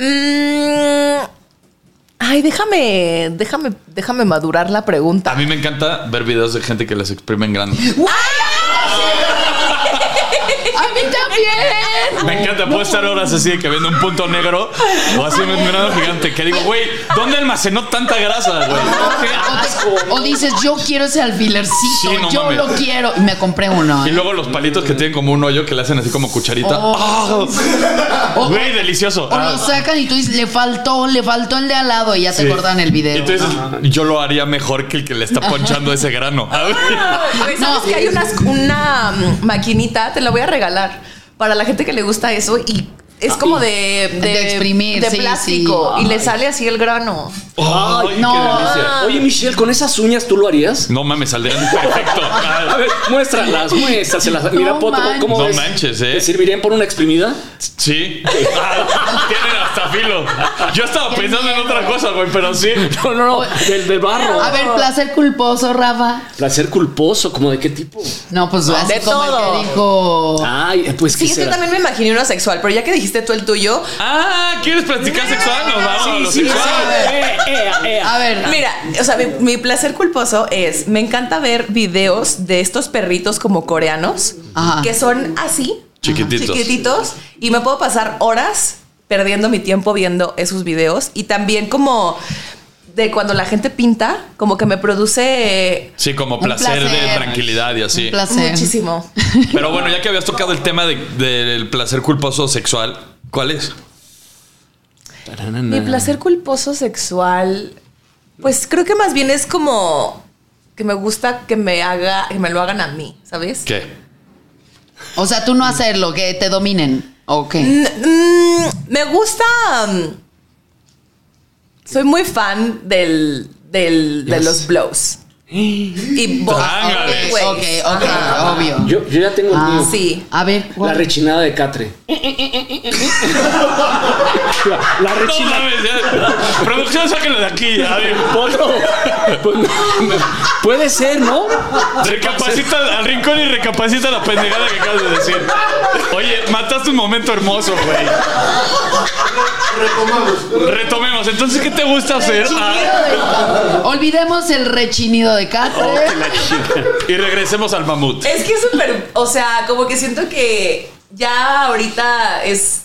Speaker 3: hecho.
Speaker 2: Mm, ay, déjame, déjame, déjame madurar la pregunta.
Speaker 1: A mí me encanta ver videos de gente que les exprimen grande.
Speaker 4: ¡A mí también!
Speaker 1: Me encanta, puedo estar horas así de que viendo un punto negro o así un grano gigante que digo, güey, ¿dónde almacenó tanta grasa, güey? Qué asco.
Speaker 4: O dices, yo quiero ese alfilercito,
Speaker 1: Sí, no
Speaker 4: yo
Speaker 1: mames.
Speaker 4: lo quiero. Y me compré uno. ¿eh?
Speaker 1: Y luego los palitos que tienen como un hoyo que le hacen así como cucharita.
Speaker 4: Oh.
Speaker 1: ¡Ah! Güey, delicioso.
Speaker 4: O
Speaker 1: Ah.
Speaker 4: lo sacan y tú dices, le faltó, le faltó el de al lado y ya te
Speaker 1: Sí.
Speaker 4: cortan el video.
Speaker 1: Y tú dices, yo lo haría mejor que el que le está ponchando ese grano. A ver.
Speaker 2: Güey, ¿Sabes
Speaker 4: No.
Speaker 2: que hay unas- una mm, maquinita? Te la voy a regalar para la gente que le gusta eso y es como de, de,
Speaker 4: Ah, De exprimir,
Speaker 2: de
Speaker 4: sí,
Speaker 2: plástico
Speaker 4: sí.
Speaker 2: y le sale así el grano.
Speaker 3: Ay,
Speaker 1: Ay,
Speaker 4: no.
Speaker 1: qué delicia.
Speaker 3: Oye, Michelle, ¿con esas uñas tú lo harías?
Speaker 1: No mames, saldrían perfecto.
Speaker 3: A
Speaker 1: Ah,
Speaker 3: ver, muéstralas, muéstraselas. Mira,
Speaker 4: No
Speaker 3: Poto, ¿cómo
Speaker 1: manches.
Speaker 3: ves?
Speaker 1: No manches, ¿eh?
Speaker 3: ¿Te servirían por una exprimida?
Speaker 1: Sí. Ah, tienen hasta filo. Yo estaba
Speaker 4: Qué
Speaker 1: pensando en
Speaker 4: miedo.
Speaker 1: otra cosa, güey, pero sí.
Speaker 3: No, no, no. Del, del barro.
Speaker 4: A ver, placer culposo, Rafa.
Speaker 3: Placer culposo, ¿como de qué tipo?
Speaker 4: No, pues así
Speaker 2: de
Speaker 4: como
Speaker 2: todo.
Speaker 4: el que dijo.
Speaker 3: Ay, pues
Speaker 2: Sí,
Speaker 3: que
Speaker 2: es que
Speaker 3: será.
Speaker 2: también me imaginé uno sexual, pero ya que dijiste tú el tuyo,
Speaker 1: Ah, ¿quieres practicar sexual? Nos vamos a lo
Speaker 3: sí,
Speaker 1: sexual.
Speaker 3: sí. Eh, eh, eh.
Speaker 4: A ver,
Speaker 2: Mira, o sea, mi, mi placer culposo es, me encanta ver videos de estos perritos como coreanos,
Speaker 4: Ajá.
Speaker 2: que son así,
Speaker 1: Chiquititos.
Speaker 2: chiquititos, y me puedo pasar horas perdiendo mi tiempo viendo esos videos, y también como de cuando la gente pinta, como que me produce
Speaker 1: Sí, como
Speaker 4: Un
Speaker 1: placer, de
Speaker 4: placer.
Speaker 1: tranquilidad y así.
Speaker 4: un placer.
Speaker 2: muchísimo.
Speaker 1: Pero bueno, ya que habías tocado el tema de- del placer culposo sexual, ¿cuál es?
Speaker 2: Mi placer culposo sexual, pues creo que más bien es como que me gusta que me haga, que me lo hagan a mí, ¿sabes?
Speaker 1: ¿Qué?
Speaker 4: O sea, tú no hacerlo, que te dominen. Ok.
Speaker 2: Mm, me gusta. mm, soy muy fan del, del- de los blows. Y both
Speaker 1: Trágales.
Speaker 2: ways.
Speaker 4: Ok, ok,
Speaker 2: Ajá.
Speaker 4: obvio.
Speaker 3: Pues. Yo, yo ya tengo el
Speaker 4: Ah,
Speaker 3: mío.
Speaker 2: Sí.
Speaker 4: A ver,
Speaker 3: La
Speaker 4: ¿cuál?
Speaker 3: rechinada de
Speaker 4: Eh,
Speaker 3: Catre. la, la
Speaker 1: No
Speaker 3: rechinada.
Speaker 1: mames, ya. Producción, sáquenlo de aquí. A ver,
Speaker 3: Poto. Pues, no, no. Puede ser, ¿no?
Speaker 1: Recapacita al rincón y recapacita la pendejada que acabas de decir. Oye, mataste un momento hermoso, güey.
Speaker 6: Retomamos.
Speaker 1: Retomemos. Entonces, ¿qué te gusta hacer? Ah,
Speaker 4: Olvidemos el rechinido de Catre.
Speaker 1: y regresemos al mamut.
Speaker 2: Es que es súper. O sea, como que siento que ya ahorita es.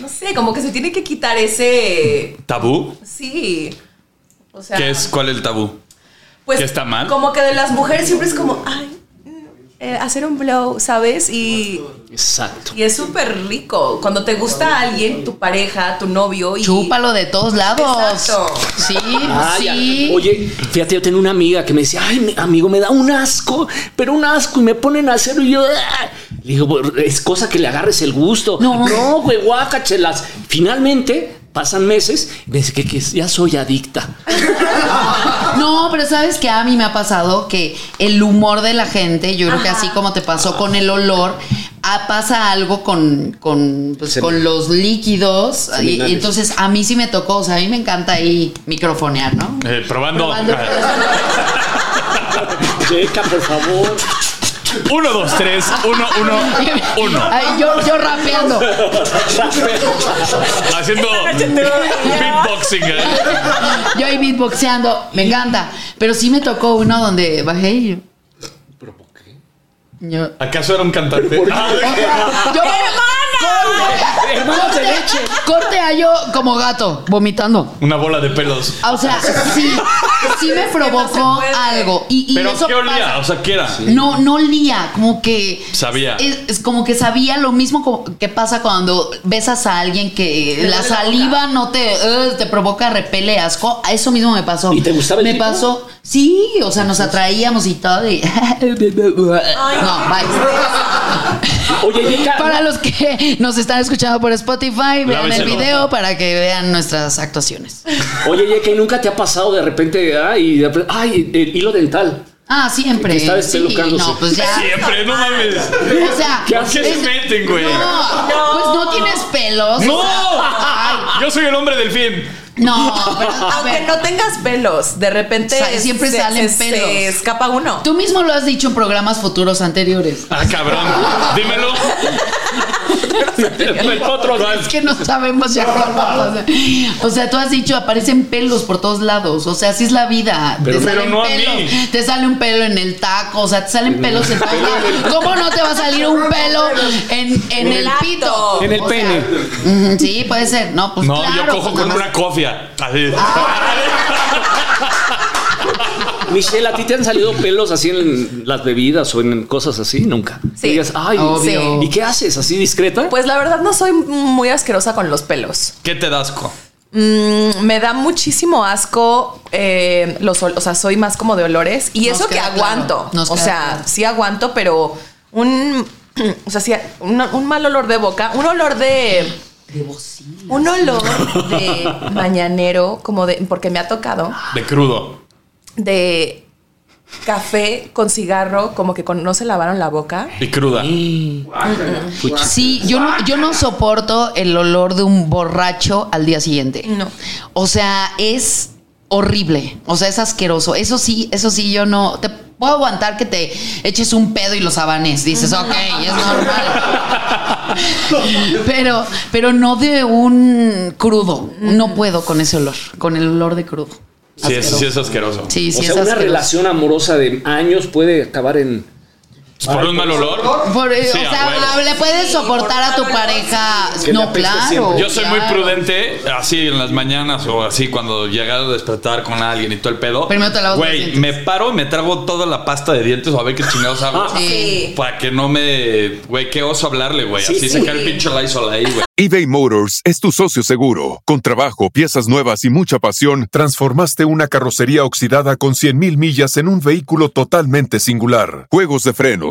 Speaker 2: No sé, como que se tiene que quitar ese.
Speaker 1: ¿Tabú?
Speaker 2: Sí. O sea.
Speaker 1: ¿Qué es? ¿Cuál es el tabú?
Speaker 2: pues,
Speaker 1: ¿Qué está mal?
Speaker 2: Como que de las mujeres siempre es como. Ay. mm, eh, hacer un blow, ¿sabes? Y.
Speaker 3: Exacto.
Speaker 2: Y es súper rico. Cuando te gusta a alguien, tu pareja, tu novio y.
Speaker 4: Chúpalo de todos lados.
Speaker 2: Exacto.
Speaker 4: Sí,
Speaker 3: Ah, ya.
Speaker 4: sí.
Speaker 3: Oye, fíjate, yo tenía una amiga que me decía, ay, mi amigo, me da un asco, pero un asco, y me ponen a hacerlo y yo, "Ah". le digo, "Bueno, es cosa que le agarres el gusto.
Speaker 4: No.
Speaker 3: no, güey, guácachelas. Finalmente pasan meses y me dice que, que ya soy adicta.
Speaker 4: No, pero sabes que a mí me ha pasado que el humor de la gente, yo creo que así como te pasó con el olor, ah, pasa algo con, con, pues,
Speaker 3: Semen.
Speaker 4: con los líquidos. Y,
Speaker 3: Seminales.
Speaker 4: entonces a mí sí me tocó, o sea, a mí me encanta ahí microfonear, ¿no?
Speaker 1: Eh, probando.
Speaker 4: Probando.
Speaker 3: Checa, por favor.
Speaker 1: Uno, dos, tres. Uno, uno, uno.
Speaker 4: Ay, yo, yo rapeando.
Speaker 1: Haciendo beatboxing. eh.
Speaker 4: Yo ahí beatboxeando, me encanta. Pero sí me tocó uno donde bajé y yo.
Speaker 3: ¿Pero por qué?
Speaker 4: yo-
Speaker 1: ¿Acaso era un cantante? Ah,
Speaker 4: yo-
Speaker 2: ¡Hermana!
Speaker 3: Hermanos de leche.
Speaker 4: Corte a yo como gato, vomitando.
Speaker 1: Una bola de pelos.
Speaker 4: Ah, O sea, sí, sí me provocó
Speaker 2: puede.
Speaker 4: algo. Y, y
Speaker 1: Pero
Speaker 4: eso
Speaker 1: ¿qué olía?
Speaker 4: pasa.
Speaker 1: O sea, ¿qué era?
Speaker 4: No, no olía, como que...
Speaker 1: Sabía.
Speaker 4: Es, es como que sabía lo mismo co- que pasa cuando besas a alguien que
Speaker 2: duele
Speaker 4: la
Speaker 2: la
Speaker 4: saliva no te, eh, te provoca repele, asco. A Eso mismo me pasó.
Speaker 3: ¿Y te gustaba el
Speaker 4: Me
Speaker 3: tipo?
Speaker 4: pasó, sí, o sea, nos atraíamos y todo. y- no, bye.
Speaker 3: Oye, Vika,
Speaker 4: Para los que nos están escuchando por Spotify, vean
Speaker 1: Lávenselo.
Speaker 4: el video para que vean nuestras actuaciones.
Speaker 3: oye, Vika, ¿y nunca te ha pasado de repente, ay, de repente- ay, el hilo dental?
Speaker 4: Ah, siempre.
Speaker 3: Que está
Speaker 4: Sí,
Speaker 3: despelucándose.
Speaker 4: no, pues ya.
Speaker 1: Siempre, no mames.
Speaker 4: O sea,
Speaker 3: ¿Qué
Speaker 1: ¿Qué
Speaker 3: haces?
Speaker 1: se meten, güey?
Speaker 4: no, pues no tienes pelos.
Speaker 1: ¡No!
Speaker 4: o sea, ay,
Speaker 1: Yo soy el hombre del fin.
Speaker 4: No, pero a
Speaker 2: Aunque
Speaker 4: ver,
Speaker 2: no tengas pelos, de repente
Speaker 4: O sea, siempre
Speaker 2: se-
Speaker 4: salen
Speaker 2: se- se
Speaker 4: pelos.
Speaker 2: escapa uno.
Speaker 4: tú mismo lo has dicho en programas futuros anteriores.
Speaker 1: Ah, cabrón. Dímelo.
Speaker 3: El otro
Speaker 4: Es que no sabemos ya cuál va a pasar. O sea, tú has dicho, aparecen pelos por todos lados. O sea, así es la vida.
Speaker 3: Pero-
Speaker 4: te
Speaker 1: pero
Speaker 4: salen
Speaker 1: no a
Speaker 4: pelos.
Speaker 1: mí.
Speaker 4: Te sale un pelo en el taco. O sea, te salen pelos en todos lados. ¿Cómo no te va a salir un pelo en, en el
Speaker 2: el
Speaker 4: pito?
Speaker 2: acto.
Speaker 3: En el
Speaker 4: O sea,
Speaker 3: pene.
Speaker 4: ujú, sí, puede ser. No, pues
Speaker 1: No,
Speaker 4: claro,
Speaker 1: yo cojo
Speaker 4: pues
Speaker 1: con
Speaker 4: nada
Speaker 1: una
Speaker 4: más.
Speaker 1: cofia. Así.
Speaker 3: Michelle, ¿a ti te han salido pelos así en las bebidas o en cosas así? Nunca.
Speaker 2: Sí.
Speaker 3: Y digas,
Speaker 2: Ah,
Speaker 3: ay,
Speaker 4: Obvio.
Speaker 3: ¿y qué haces? ¿Así discreta?
Speaker 2: Pues la verdad no soy muy asquerosa con los pelos.
Speaker 1: ¿Qué te das co?
Speaker 2: Mm, me da muchísimo asco eh, los, ol- o sea, soy más como de olores y
Speaker 4: Nos
Speaker 2: eso que
Speaker 4: queda
Speaker 2: aguanto,
Speaker 4: claro, nos
Speaker 2: o
Speaker 4: queda
Speaker 2: sea,
Speaker 4: claro.
Speaker 2: sí aguanto, pero un, o sea, sí, un, un mal olor de boca, un olor de,
Speaker 4: De bocina.
Speaker 2: un olor de mañanero, como de, porque me ha tocado
Speaker 1: De crudo.
Speaker 2: de café con cigarro, como que con- no se lavaron la boca.
Speaker 1: Y cruda.
Speaker 4: Sí, yo no, yo no soporto el olor de un borracho al día siguiente.
Speaker 2: No.
Speaker 4: O sea, es horrible. O sea, es asqueroso. Eso sí, eso sí, yo no. Te puedo aguantar que te eches un pedo y los sabanes. Dices, ok, es normal. Pero, pero no de un crudo. No puedo con ese olor, con el olor de crudo.
Speaker 1: Sí, es, sí es asqueroso.
Speaker 4: Sí, sí,
Speaker 3: o
Speaker 4: es
Speaker 3: sea, una
Speaker 4: asqueroso.
Speaker 3: relación amorosa de años puede acabar en...
Speaker 1: ¿Por un mal olor?
Speaker 4: Por- eh,
Speaker 1: Sí,
Speaker 4: o
Speaker 1: a
Speaker 4: sea,
Speaker 1: huevo.
Speaker 4: le puedes soportar a tu pareja.
Speaker 3: Que le
Speaker 4: No,
Speaker 3: apeste
Speaker 4: claro.
Speaker 3: siempre.
Speaker 1: Yo soy muy
Speaker 4: claro.
Speaker 1: prudente, así en las mañanas o así cuando llegas a despertar con alguien y todo el pedo.
Speaker 4: Primero te lavas los
Speaker 1: Güey,
Speaker 4: dientes.
Speaker 1: me paro y me trago toda la pasta de dientes o a ver qué chingados hago.
Speaker 4: Sí.
Speaker 1: Para que no me. Güey, qué oso hablarle, güey.
Speaker 3: Sí,
Speaker 1: así
Speaker 3: sí.
Speaker 1: sacar el pinche Lysol ahí, güey.
Speaker 7: eBay Motors es tu socio seguro. Con trabajo, piezas nuevas y mucha pasión, transformaste una carrocería oxidada con 100.000 millas en un vehículo totalmente singular. Juegos de frenos,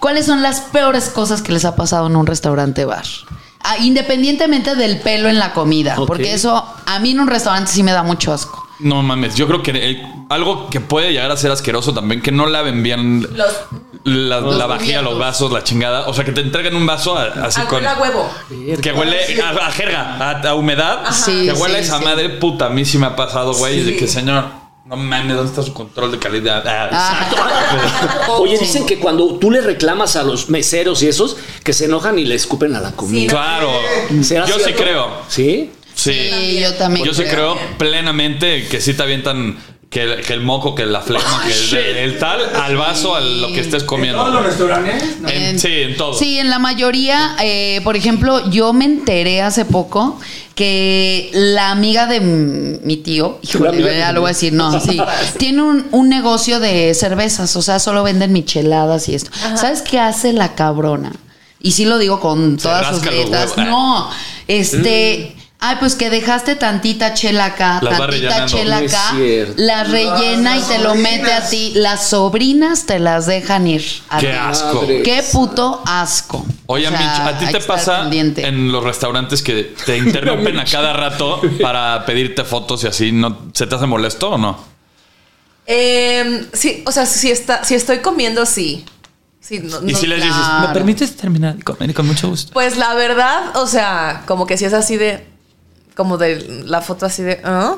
Speaker 4: ¿Cuáles son las peores cosas que les ha pasado en un restaurante bar? Ah, independientemente del pelo en la comida,
Speaker 3: Ok.
Speaker 4: porque eso a mí en un restaurante sí me da mucho asco.
Speaker 1: No mames, yo creo que el- algo que puede llegar a ser asqueroso también, que no laven bien
Speaker 2: Los
Speaker 1: la, la vajilla,
Speaker 4: cubiertos.
Speaker 1: los vasos, la chingada. O sea, que te entreguen un vaso a- así
Speaker 2: a
Speaker 1: con.
Speaker 2: huele a huevo.
Speaker 1: Que huele a, a jerga, a, a humedad.
Speaker 4: Sí,
Speaker 1: que huele a
Speaker 4: sí,
Speaker 1: esa
Speaker 4: sí.
Speaker 1: madre puta. A mí sí me ha pasado, güey.
Speaker 2: Sí.
Speaker 1: De que, señor, no mames, ¿dónde está su control de calidad? Ah,
Speaker 3: Oye, dicen que cuando tú le reclamas a los meseros y esos, que se enojan y le escupen a la comida.
Speaker 1: Claro.
Speaker 3: ¿Será
Speaker 1: Yo sí
Speaker 3: cierto?
Speaker 1: creo.
Speaker 3: ¿Sí?
Speaker 1: Sí.
Speaker 4: Sí, yo también.
Speaker 1: Yo sí creo plenamente que sí te avientan que el, que el moco, que la
Speaker 4: Ah,
Speaker 1: flema, que el, el tal, al vaso, a lo que estés
Speaker 6: Todos
Speaker 1: comiendo.
Speaker 6: los restaurantes. ¿eh? no.
Speaker 1: En- sí, en todo.
Speaker 4: Sí, en la mayoría, eh, por ejemplo, yo me enteré hace poco que la amiga de m- mi tío,
Speaker 3: La amiga
Speaker 4: híjole,
Speaker 3: de
Speaker 4: ya
Speaker 3: mi
Speaker 4: lo voy a
Speaker 3: tío.
Speaker 4: decir, no, sí, tiene un, un negocio de cervezas, o sea, solo venden micheladas y esto. ¿Sabes qué hace la cabrona? Y sí lo digo con
Speaker 1: Se
Speaker 4: todas sus
Speaker 1: rasca los
Speaker 4: letras.
Speaker 1: huevos.
Speaker 3: Mm.
Speaker 4: No, este, Ay, pues que dejaste tantita chela acá,
Speaker 1: Las va
Speaker 4: tantita
Speaker 1: rellenando.
Speaker 4: chela
Speaker 3: No es
Speaker 4: acá,
Speaker 3: cierto.
Speaker 4: la rellena
Speaker 6: Ah,
Speaker 4: y
Speaker 6: las
Speaker 4: te lo mete a
Speaker 6: sobrinas.
Speaker 4: ti. Las sobrinas te las dejan ir. a
Speaker 1: Qué
Speaker 4: ti.
Speaker 1: asco.
Speaker 3: Madre.
Speaker 4: Qué puto asco.
Speaker 1: Oye,
Speaker 4: O sea,
Speaker 1: Mitch, ¿a ti te
Speaker 4: hay que estar
Speaker 1: pasa
Speaker 4: pendiente.
Speaker 1: en los restaurantes que te interrumpen a cada rato para pedirte fotos y así? ¿No se te hace molesto o no?
Speaker 2: Eh, sí, o sea, si, está, si estoy comiendo, sí. Sí, no-
Speaker 1: Y
Speaker 2: no-
Speaker 1: si les dices,
Speaker 4: claro.
Speaker 1: ¿me permites terminar de comer? Y con mucho gusto.
Speaker 2: Pues la verdad, o sea, como que si es así de. Como de la foto así de. ¿ah?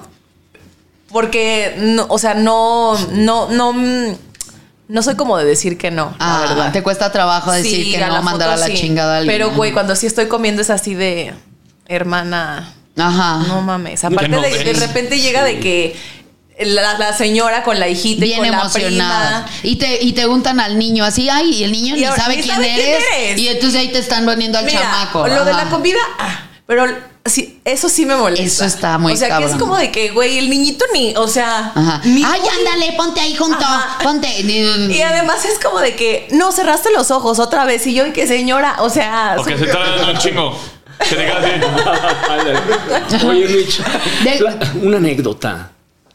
Speaker 2: Porque, no, o sea, no. No, no. mm, No soy como de decir que no,
Speaker 4: Ah,
Speaker 2: la verdad.
Speaker 4: te cuesta trabajo decir
Speaker 2: Sí,
Speaker 4: que
Speaker 2: a
Speaker 4: no
Speaker 2: la
Speaker 4: mandar a
Speaker 2: foto
Speaker 4: la
Speaker 2: sí.
Speaker 4: chingada a alguien.
Speaker 2: Pero, güey, cuando sí estoy comiendo es así de. Hermana.
Speaker 4: Ajá.
Speaker 2: No mames. Aparte
Speaker 1: no
Speaker 2: de, de
Speaker 1: ves.
Speaker 2: repente llega de que. La, la señora con la hijita y
Speaker 4: Bien
Speaker 2: con
Speaker 4: emocionada.
Speaker 2: la prima.
Speaker 4: Y te, y te untan al niño así, ay, y el niño
Speaker 2: Y
Speaker 4: ni
Speaker 2: ahora
Speaker 4: sabe,
Speaker 2: ni
Speaker 4: quién,
Speaker 2: sabe quién
Speaker 4: eres,
Speaker 2: eres.
Speaker 4: Y entonces ahí te están poniendo al
Speaker 2: Mira,
Speaker 4: chamaco.
Speaker 2: Lo de la
Speaker 4: ajá.
Speaker 2: comida, ah, pero sí, eso sí me molesta.
Speaker 4: Eso está muy
Speaker 2: O sea, que
Speaker 4: cabrón.
Speaker 2: es como de que, güey, el niñito ni, o sea,
Speaker 4: Ajá.
Speaker 2: ni-
Speaker 4: Ay, ándale, ponte ahí junto.
Speaker 2: Ajá.
Speaker 4: Ponte.
Speaker 2: Y además es como de que, no, cerraste los ojos otra vez y yo, y que señora, o sea,
Speaker 1: O que se tardan un chingo. Que te quedas así.
Speaker 3: Oye, Mitch,
Speaker 4: De-
Speaker 3: la- una anécdota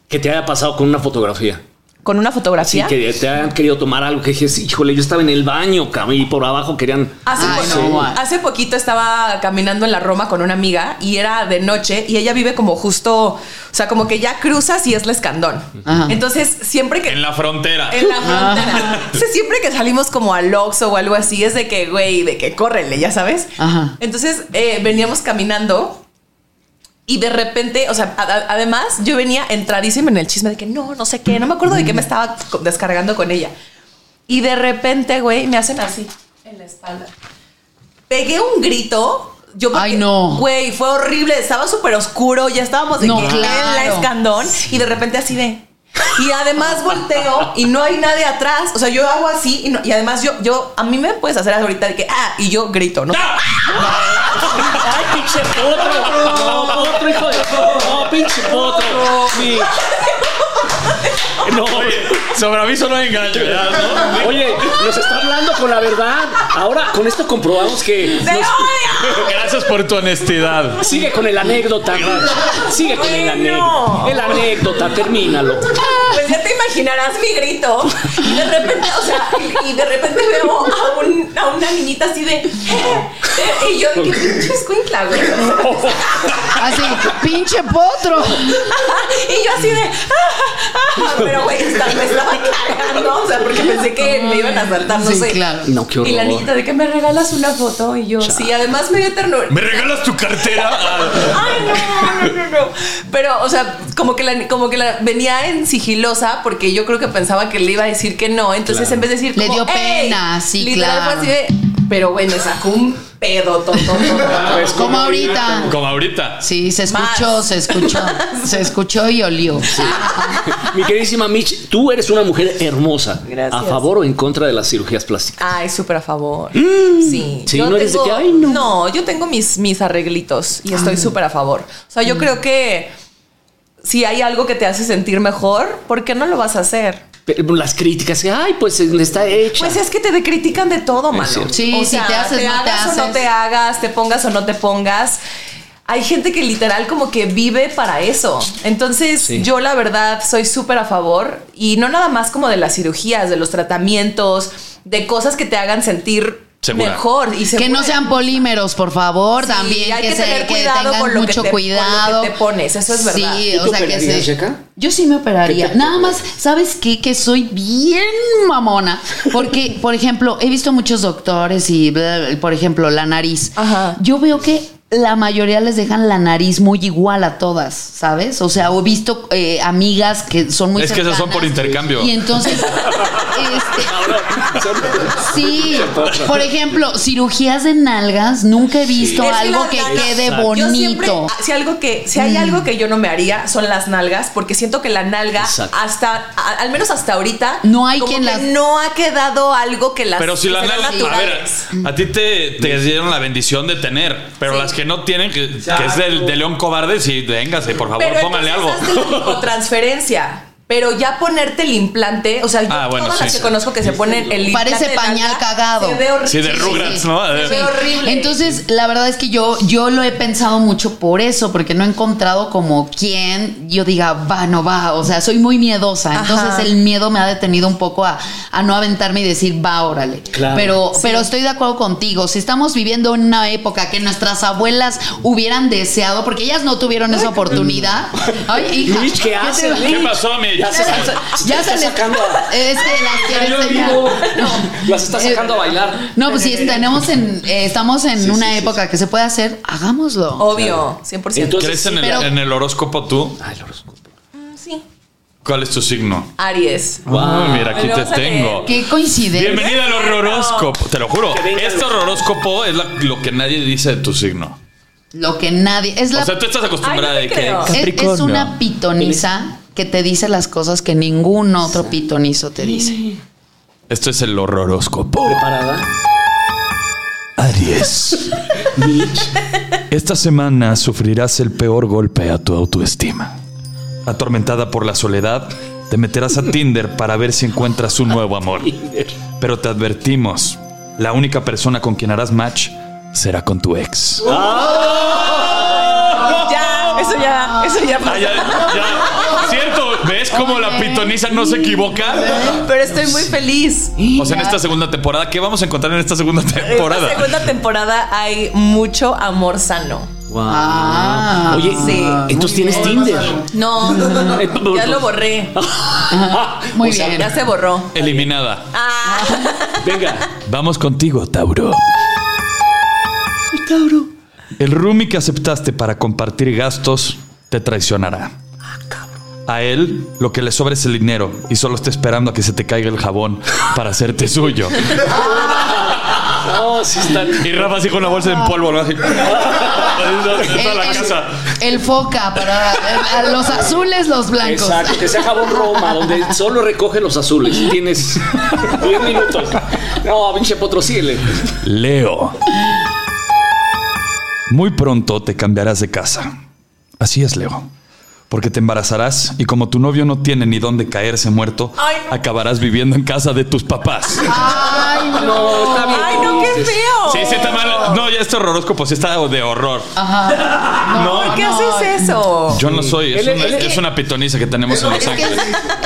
Speaker 3: que te haya pasado con una fotografía.
Speaker 2: con una
Speaker 3: Sí,
Speaker 2: fotografía.
Speaker 3: que te hayan querido tomar algo que dijes, híjole, yo estaba en el baño, cabrón, y por abajo querían.
Speaker 2: Hace,
Speaker 4: Ay,
Speaker 2: po-
Speaker 4: no.
Speaker 2: hace poquito estaba caminando en la Roma con una amiga y era de noche y ella vive como justo, o sea, como que ya cruzas y es la escandón.
Speaker 4: Ajá.
Speaker 2: Entonces, siempre que...
Speaker 1: En la frontera.
Speaker 2: En la frontera. Entonces, siempre que salimos como al Oxxo o algo así, es de que, güey, de que córrele, ya sabes.
Speaker 4: Ajá.
Speaker 2: Entonces, eh, veníamos caminando y de repente, o sea, a- a- además yo venía entradísima en el chisme de que no, no sé qué, no me acuerdo de qué me estaba co- descargando con ella. Y de repente, güey, me hacen así en la espalda. Pegué un grito. Yo porque,
Speaker 4: Ay, no.
Speaker 2: Güey, fue horrible. Estaba súper oscuro. Ya estábamos de
Speaker 4: No,
Speaker 2: que en la
Speaker 4: claro.
Speaker 2: escandón. Y de repente así de... Y además volteo y no hay nadie atrás. O sea, yo hago así y, no- y además yo, yo, a mí me puedes hacer ahorita de que, ah, y yo grito, ¿no?
Speaker 3: ¡Ay, pinche potro! No, potro, hijo de. No, pinche potro. Sí. No, oye,
Speaker 1: Sobre aviso no hay engaño, ¿verdad? ¿No?
Speaker 3: oye, nos está hablando con la verdad. Ahora, con esto comprobamos que.
Speaker 2: ¡Te
Speaker 3: nos-
Speaker 2: odio!
Speaker 1: Gracias por tu honestidad.
Speaker 3: Sigue con el anécdota, Mitch. Sigue con el anécdota.
Speaker 2: Bueno.
Speaker 3: El anécdota, termínalo.
Speaker 2: Pues ya te imaginarás mi grito. Y de repente, o sea, y- y de repente veo a, un- a una niñita así de. "Eh", eh, Y yo, qué pinche escuincla, güey.
Speaker 4: Así, pinche potro.
Speaker 2: Y yo así de. "Ah, ah", Pero, güey, está- me estaba cagando. O sea, porque pensé que me iban a saltar, no
Speaker 4: Sí,
Speaker 2: sé.
Speaker 4: claro.
Speaker 3: No, qué
Speaker 2: Y la
Speaker 3: horror.
Speaker 2: niñita de que me regalas una foto. Y yo, sí, además me dio ternura.
Speaker 1: ¿Me regalas tu cartera? Ah,
Speaker 2: Ay, no, no, no, no. Pero, o sea, como que la, como que la venía en sigilosa porque yo creo que pensaba que le iba a decir que no. Entonces, en vez de decir,
Speaker 4: Le
Speaker 2: como,
Speaker 4: dio
Speaker 2: "Ey",
Speaker 4: pena, sí,
Speaker 2: literal
Speaker 4: claro.
Speaker 2: fue así de, pero güey, me sacó un pedo, toto,
Speaker 3: Pues,
Speaker 4: Como ahorita.
Speaker 1: Como ahorita.
Speaker 4: Sí, se escuchó,
Speaker 2: Más.
Speaker 4: se escuchó. Se escuchó y olió.
Speaker 3: Mi queridísima Mitch, tú eres una mujer hermosa.
Speaker 2: Gracias.
Speaker 3: ¿A favor o en contra de las cirugías plásticas?
Speaker 2: Ay, súper a favor. sí.
Speaker 3: Mm. Sí,
Speaker 2: Yo
Speaker 3: no eres de
Speaker 2: tengo-
Speaker 3: que, "Ay, no". Ah.
Speaker 2: yo tengo mis, mis arreglitos y estoy súper a favor. O sea,
Speaker 3: Mm.
Speaker 2: yo creo que si hay algo que te hace sentir mejor, ¿por qué no lo vas a hacer?
Speaker 3: Pero pues, las críticas, ay, pues está hecha.
Speaker 2: Pues es que te de- critican de todo, mano.
Speaker 3: cierto.
Speaker 4: Sí, si te haces, no te
Speaker 2: hagas o no
Speaker 4: haces.
Speaker 2: te hagas, te pongas o no te pongas. Hay gente que literal como que vive para eso. Entonces,
Speaker 3: Sí.
Speaker 2: yo la verdad soy súper a favor y no nada más como de las cirugías, de los tratamientos, de cosas que te hagan sentir
Speaker 1: Segura.
Speaker 2: mejor y
Speaker 4: Que no
Speaker 2: segura.
Speaker 4: sean polímeros, por favor,
Speaker 2: Sí,
Speaker 4: también
Speaker 2: hay
Speaker 4: que,
Speaker 2: que
Speaker 4: se,
Speaker 2: tener
Speaker 4: que
Speaker 2: cuidado
Speaker 4: tengan
Speaker 2: con lo que
Speaker 4: mucho
Speaker 2: te- con lo que
Speaker 4: cuidado.
Speaker 2: te pones, eso es verdad.
Speaker 4: Sí,
Speaker 3: ¿Y tú
Speaker 4: o sea que
Speaker 3: operarías,
Speaker 4: sí.
Speaker 3: Yeka?
Speaker 4: Yo sí me operaría.
Speaker 3: ¿Qué te
Speaker 4: Nada más,
Speaker 3: operarías?
Speaker 4: ¿sabes qué? Que soy bien mamona, porque por ejemplo, he visto muchos doctores y bla, bla, bla, por ejemplo, la nariz.
Speaker 2: Ajá.
Speaker 4: Yo veo que la mayoría les dejan la nariz muy igual a todas, ¿sabes? O sea, he visto eh, amigas que son muy
Speaker 1: Es que esas son por
Speaker 4: cercanas
Speaker 1: intercambio.
Speaker 4: Y entonces este, Sí, por ejemplo, cirugías de nalgas, nunca he visto
Speaker 2: Es que
Speaker 4: algo
Speaker 2: las
Speaker 4: que
Speaker 2: nalgas-
Speaker 4: quede
Speaker 3: Exacto.
Speaker 2: Yo siempre-
Speaker 4: bonito. Mm.
Speaker 2: ah, si algo que si hay algo que yo no me haría son las nalgas porque siento que la nalga
Speaker 3: Exacto.
Speaker 2: hasta a- al menos hasta ahorita
Speaker 4: No hay
Speaker 2: como
Speaker 4: quien
Speaker 2: que
Speaker 4: las-
Speaker 2: no ha quedado algo que las
Speaker 1: Pero si
Speaker 2: que
Speaker 1: la
Speaker 2: sean
Speaker 1: nalga. A ver,
Speaker 2: naturales.
Speaker 1: a ti te, te dieron la bendición de tener, pero
Speaker 2: Sí.
Speaker 1: las que no tienen, que, que es del de León Cobarde, sí, véngase, por favor,
Speaker 2: Pero
Speaker 1: póngale algo.
Speaker 2: entonces hazte la lipotransferencia. Pero ya ponerte el implante, o sea, yo
Speaker 1: Ah, bueno,
Speaker 2: todas
Speaker 1: sí,
Speaker 2: las que
Speaker 1: sí.
Speaker 2: conozco que se ponen el implante.
Speaker 4: Parece
Speaker 2: en
Speaker 4: pañal
Speaker 2: alga,
Speaker 4: cagado.
Speaker 2: Se ve horrible.
Speaker 1: Sí, de Rugrats, ¿no?
Speaker 2: Se ve horrible.
Speaker 4: Entonces, la verdad es que yo, yo lo he pensado mucho por eso, porque no he encontrado como quien yo diga, va, no va. O sea, soy muy miedosa. Entonces,
Speaker 2: Ajá.
Speaker 4: el miedo me ha detenido un poco a, a no aventarme y decir, va, órale.
Speaker 3: Claro.
Speaker 4: Pero, pero estoy de acuerdo contigo. Si estamos viviendo en una época que nuestras abuelas hubieran deseado, porque ellas no tuvieron esa oportunidad. Ay, hija.
Speaker 3: Mitch, ¿qué hace?
Speaker 4: Pues, te-
Speaker 1: ¿Qué pasó, Mitch?
Speaker 3: Ya se,
Speaker 4: Ya
Speaker 3: está
Speaker 4: se les-
Speaker 3: sacando a-
Speaker 4: Es que las quiere
Speaker 3: Salió
Speaker 4: enseñar.
Speaker 3: vivo.
Speaker 4: No.
Speaker 3: Las está sacando a bailar.
Speaker 4: No, pues si tenemos en, eh, estamos en una época que se puede hacer, hagámoslo.
Speaker 2: Oh. Obvio, 100%.
Speaker 3: Entonces-
Speaker 1: ¿Crees en el,
Speaker 4: pero-
Speaker 1: en el horóscopo tú?
Speaker 3: Ay, el horóscopo.
Speaker 2: sí.
Speaker 1: ¿Cuál es tu signo?
Speaker 2: Aries.
Speaker 1: Wow, mira, aquí
Speaker 2: Lo
Speaker 1: te
Speaker 2: vas a
Speaker 1: tengo.
Speaker 4: Qué coincidencia.
Speaker 1: Bienvenida al horóscopo. Te lo juro. Este horóscopo es la- lo que nadie dice de tu signo.
Speaker 4: Lo que nadie. Es la
Speaker 1: O sea, tú estás acostumbrada
Speaker 2: Ay, no te
Speaker 1: de que.
Speaker 2: creo.
Speaker 4: es- es, una pitoniza que te dice las cosas que ningún otro pitonizo te dice.
Speaker 1: Esto es el horóscopo.
Speaker 3: ¿Preparada?
Speaker 1: Aries. Esta semana sufrirás el peor golpe a tu autoestima. Atormentada por la soledad, te meterás a Tinder para ver si encuentras un nuevo amor. Pero te advertimos, la única persona con quien harás match será con tu ex.
Speaker 2: Ya, eso ya, eso ya pasó.
Speaker 1: Ah, ya, ya. Cierto, ¿ves cómo la pitoniza no se equivoca?
Speaker 2: Pero estoy muy feliz.
Speaker 1: O sea, en esta segunda temporada, ¿qué vamos a encontrar en esta segunda
Speaker 2: En
Speaker 1: temporada?
Speaker 2: la segunda temporada hay mucho amor sano.
Speaker 3: Wow.
Speaker 4: Ah,
Speaker 3: Oye,
Speaker 2: sí.
Speaker 3: entonces tienes Tinder.
Speaker 2: No, no, no, no. ya lo borré.
Speaker 4: Muy
Speaker 2: O sea,
Speaker 4: bien.
Speaker 2: ya se borró.
Speaker 1: Eliminada.
Speaker 2: Ah,
Speaker 3: Venga.
Speaker 1: Vamos contigo, Tauro.
Speaker 3: Tauro.
Speaker 1: El roomie que aceptaste para compartir gastos te traicionará. A él lo que le sobra es el dinero y solo está esperando a que se te caiga el jabón para hacerte suyo.
Speaker 3: No, sí está.
Speaker 1: Y Rafa así con la bolsa en polvo, ¿no? Así. Toda la casa.
Speaker 4: el foca para eh, a los azules, los blancos.
Speaker 3: Exacto, que sea jabón Roma, donde solo recoge los azules. Tienes 10 minutos. No, pinche potrocile.
Speaker 1: Leo. Muy pronto te cambiarás de casa. Así es, Leo. Porque te embarazarás y como tu novio no tiene ni dónde caerse muerto,
Speaker 2: Ay, no.
Speaker 1: acabarás viviendo en casa de tus papás.
Speaker 4: Ay,
Speaker 3: No, está bien.
Speaker 2: ay, no, qué feo.
Speaker 1: Sí, sí está mal. No, ya este horóscopo sí está de horror.
Speaker 4: Ajá. No,
Speaker 2: ¿Por qué
Speaker 4: no.
Speaker 2: haces eso?
Speaker 1: Yo no soy, es,
Speaker 3: Él-
Speaker 1: una,
Speaker 3: él-
Speaker 1: es una pitoniza que tenemos en Los
Speaker 4: Es que
Speaker 1: Ángeles.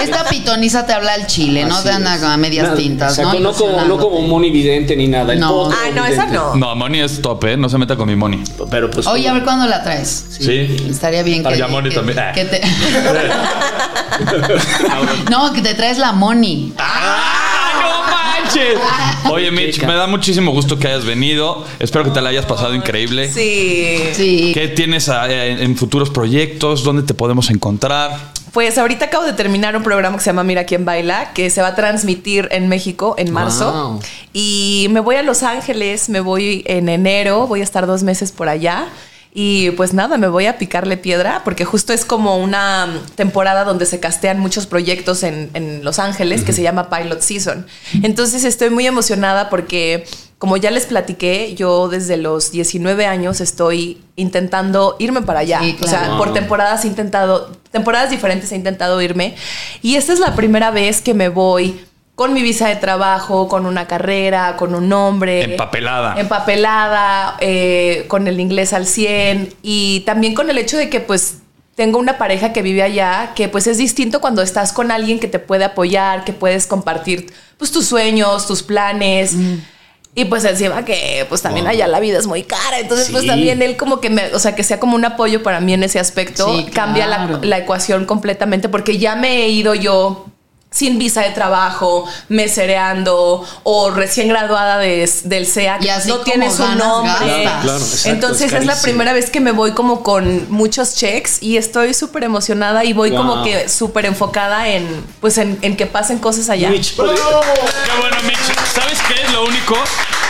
Speaker 4: esta pitoniza te habla al chile, no te anda a medias
Speaker 3: Nada,
Speaker 4: tintas,
Speaker 3: exacto,
Speaker 4: ¿no?
Speaker 3: no como, no como Moni Vidente ni nada. el
Speaker 4: No.
Speaker 3: potro
Speaker 2: Ah, no, esa
Speaker 3: vidente.
Speaker 2: no.
Speaker 1: No, Moni es top, ¿eh? No se meta con mi Moni.
Speaker 3: Pero pues.
Speaker 4: Oye, a ver
Speaker 3: como-
Speaker 4: cuándo la traes.
Speaker 1: Sí.
Speaker 4: Estaría bien
Speaker 1: Para
Speaker 4: que,
Speaker 1: ya Moni
Speaker 4: que-
Speaker 1: también.
Speaker 4: que te- no, que te traes la Moni.
Speaker 1: ¡Ah, no manches! Oye, Mitch, me da muchísimo gusto que hayas venido. Espero que te la hayas pasado increíble.
Speaker 2: Sí.
Speaker 4: Sí.
Speaker 1: ¿Qué tienes ah, en, en futuros proyectos? ¿Dónde te podemos encontrar?
Speaker 2: Pues ahorita acabo de terminar un programa que se llama Mira quién baila, que se va a transmitir en México en marzo.
Speaker 3: Wow.
Speaker 2: Y me voy a Los Ángeles, me voy en enero, voy a estar dos meses por allá. Y pues nada, me voy a picarle piedra porque justo es como una mm, temporada donde se castean muchos proyectos en, en Los Ángeles que se llama Pilot Season. Entonces estoy muy emocionada porque, como ya les platiqué, yo desde los 19 años estoy intentando irme para allá.
Speaker 4: Sí,
Speaker 2: O sea,
Speaker 4: claro.
Speaker 2: por temporadas he intentado, temporadas diferentes he intentado irme. Y esta es la primera vez que me voy con mi visa de trabajo, con una carrera, con un nombre.
Speaker 1: Empapelada.
Speaker 2: Empapelada, eh, con el inglés al 100 y también con el hecho de que pues tengo una pareja que vive allá, que pues es distinto cuando estás con alguien que te puede apoyar, que puedes compartir pues tus sueños, tus planes. Y pues encima que pues también allá la vida es muy cara, entonces pues
Speaker 3: Sí.
Speaker 2: también él como que me, o sea, que sea como un apoyo para mí en ese aspecto,
Speaker 4: Sí,
Speaker 2: cambia la-
Speaker 4: claro.
Speaker 2: la ecuación completamente porque ya me he ido yo sin visa de trabajo, mesereando o recién graduada de- del SEA,
Speaker 4: Y
Speaker 2: que
Speaker 4: así
Speaker 2: no
Speaker 4: como
Speaker 2: tienes un
Speaker 4: ganas,
Speaker 2: nombre.
Speaker 4: gastas.
Speaker 3: Claro, exacto,
Speaker 2: Entonces
Speaker 3: es
Speaker 2: es, la
Speaker 3: carísimo.
Speaker 2: primera vez que me voy como con muchos checks y estoy súper emocionada y voy como
Speaker 3: Wow.
Speaker 2: que súper enfocada en pues en, en que pasen cosas allá.
Speaker 3: Mitch, podría-
Speaker 1: Qué bueno, Mitch. ¿Sabes qué es lo único?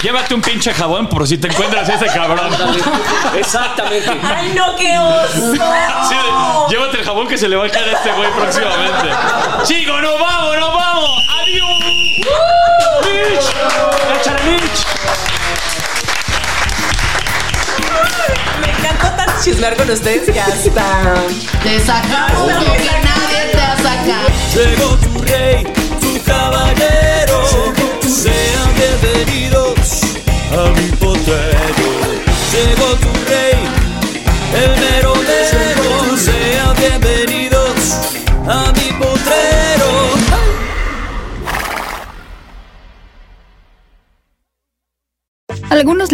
Speaker 1: Llévate un pinche jabón por si te encuentras ese cabrón.
Speaker 3: Exactamente.
Speaker 2: ¡Ay, no, qué
Speaker 1: Sí,
Speaker 2: oso!
Speaker 1: de- llévate el jabón que se le va a caer a este güey próximamente. Chicos, nos vamos, nos vamos. Adiós. Mitch. Échale, Mitch.
Speaker 2: me encantó tan chismear con ustedes que hasta...
Speaker 4: Te sacamos lo que nadie te ha
Speaker 8: saca.
Speaker 3: Llegó tu rey, tu caballero. Sean bienvenidos a mi potrero. Llegó tu rey, el merodero. Sean bienvenidos a mi potrero.
Speaker 4: Algunos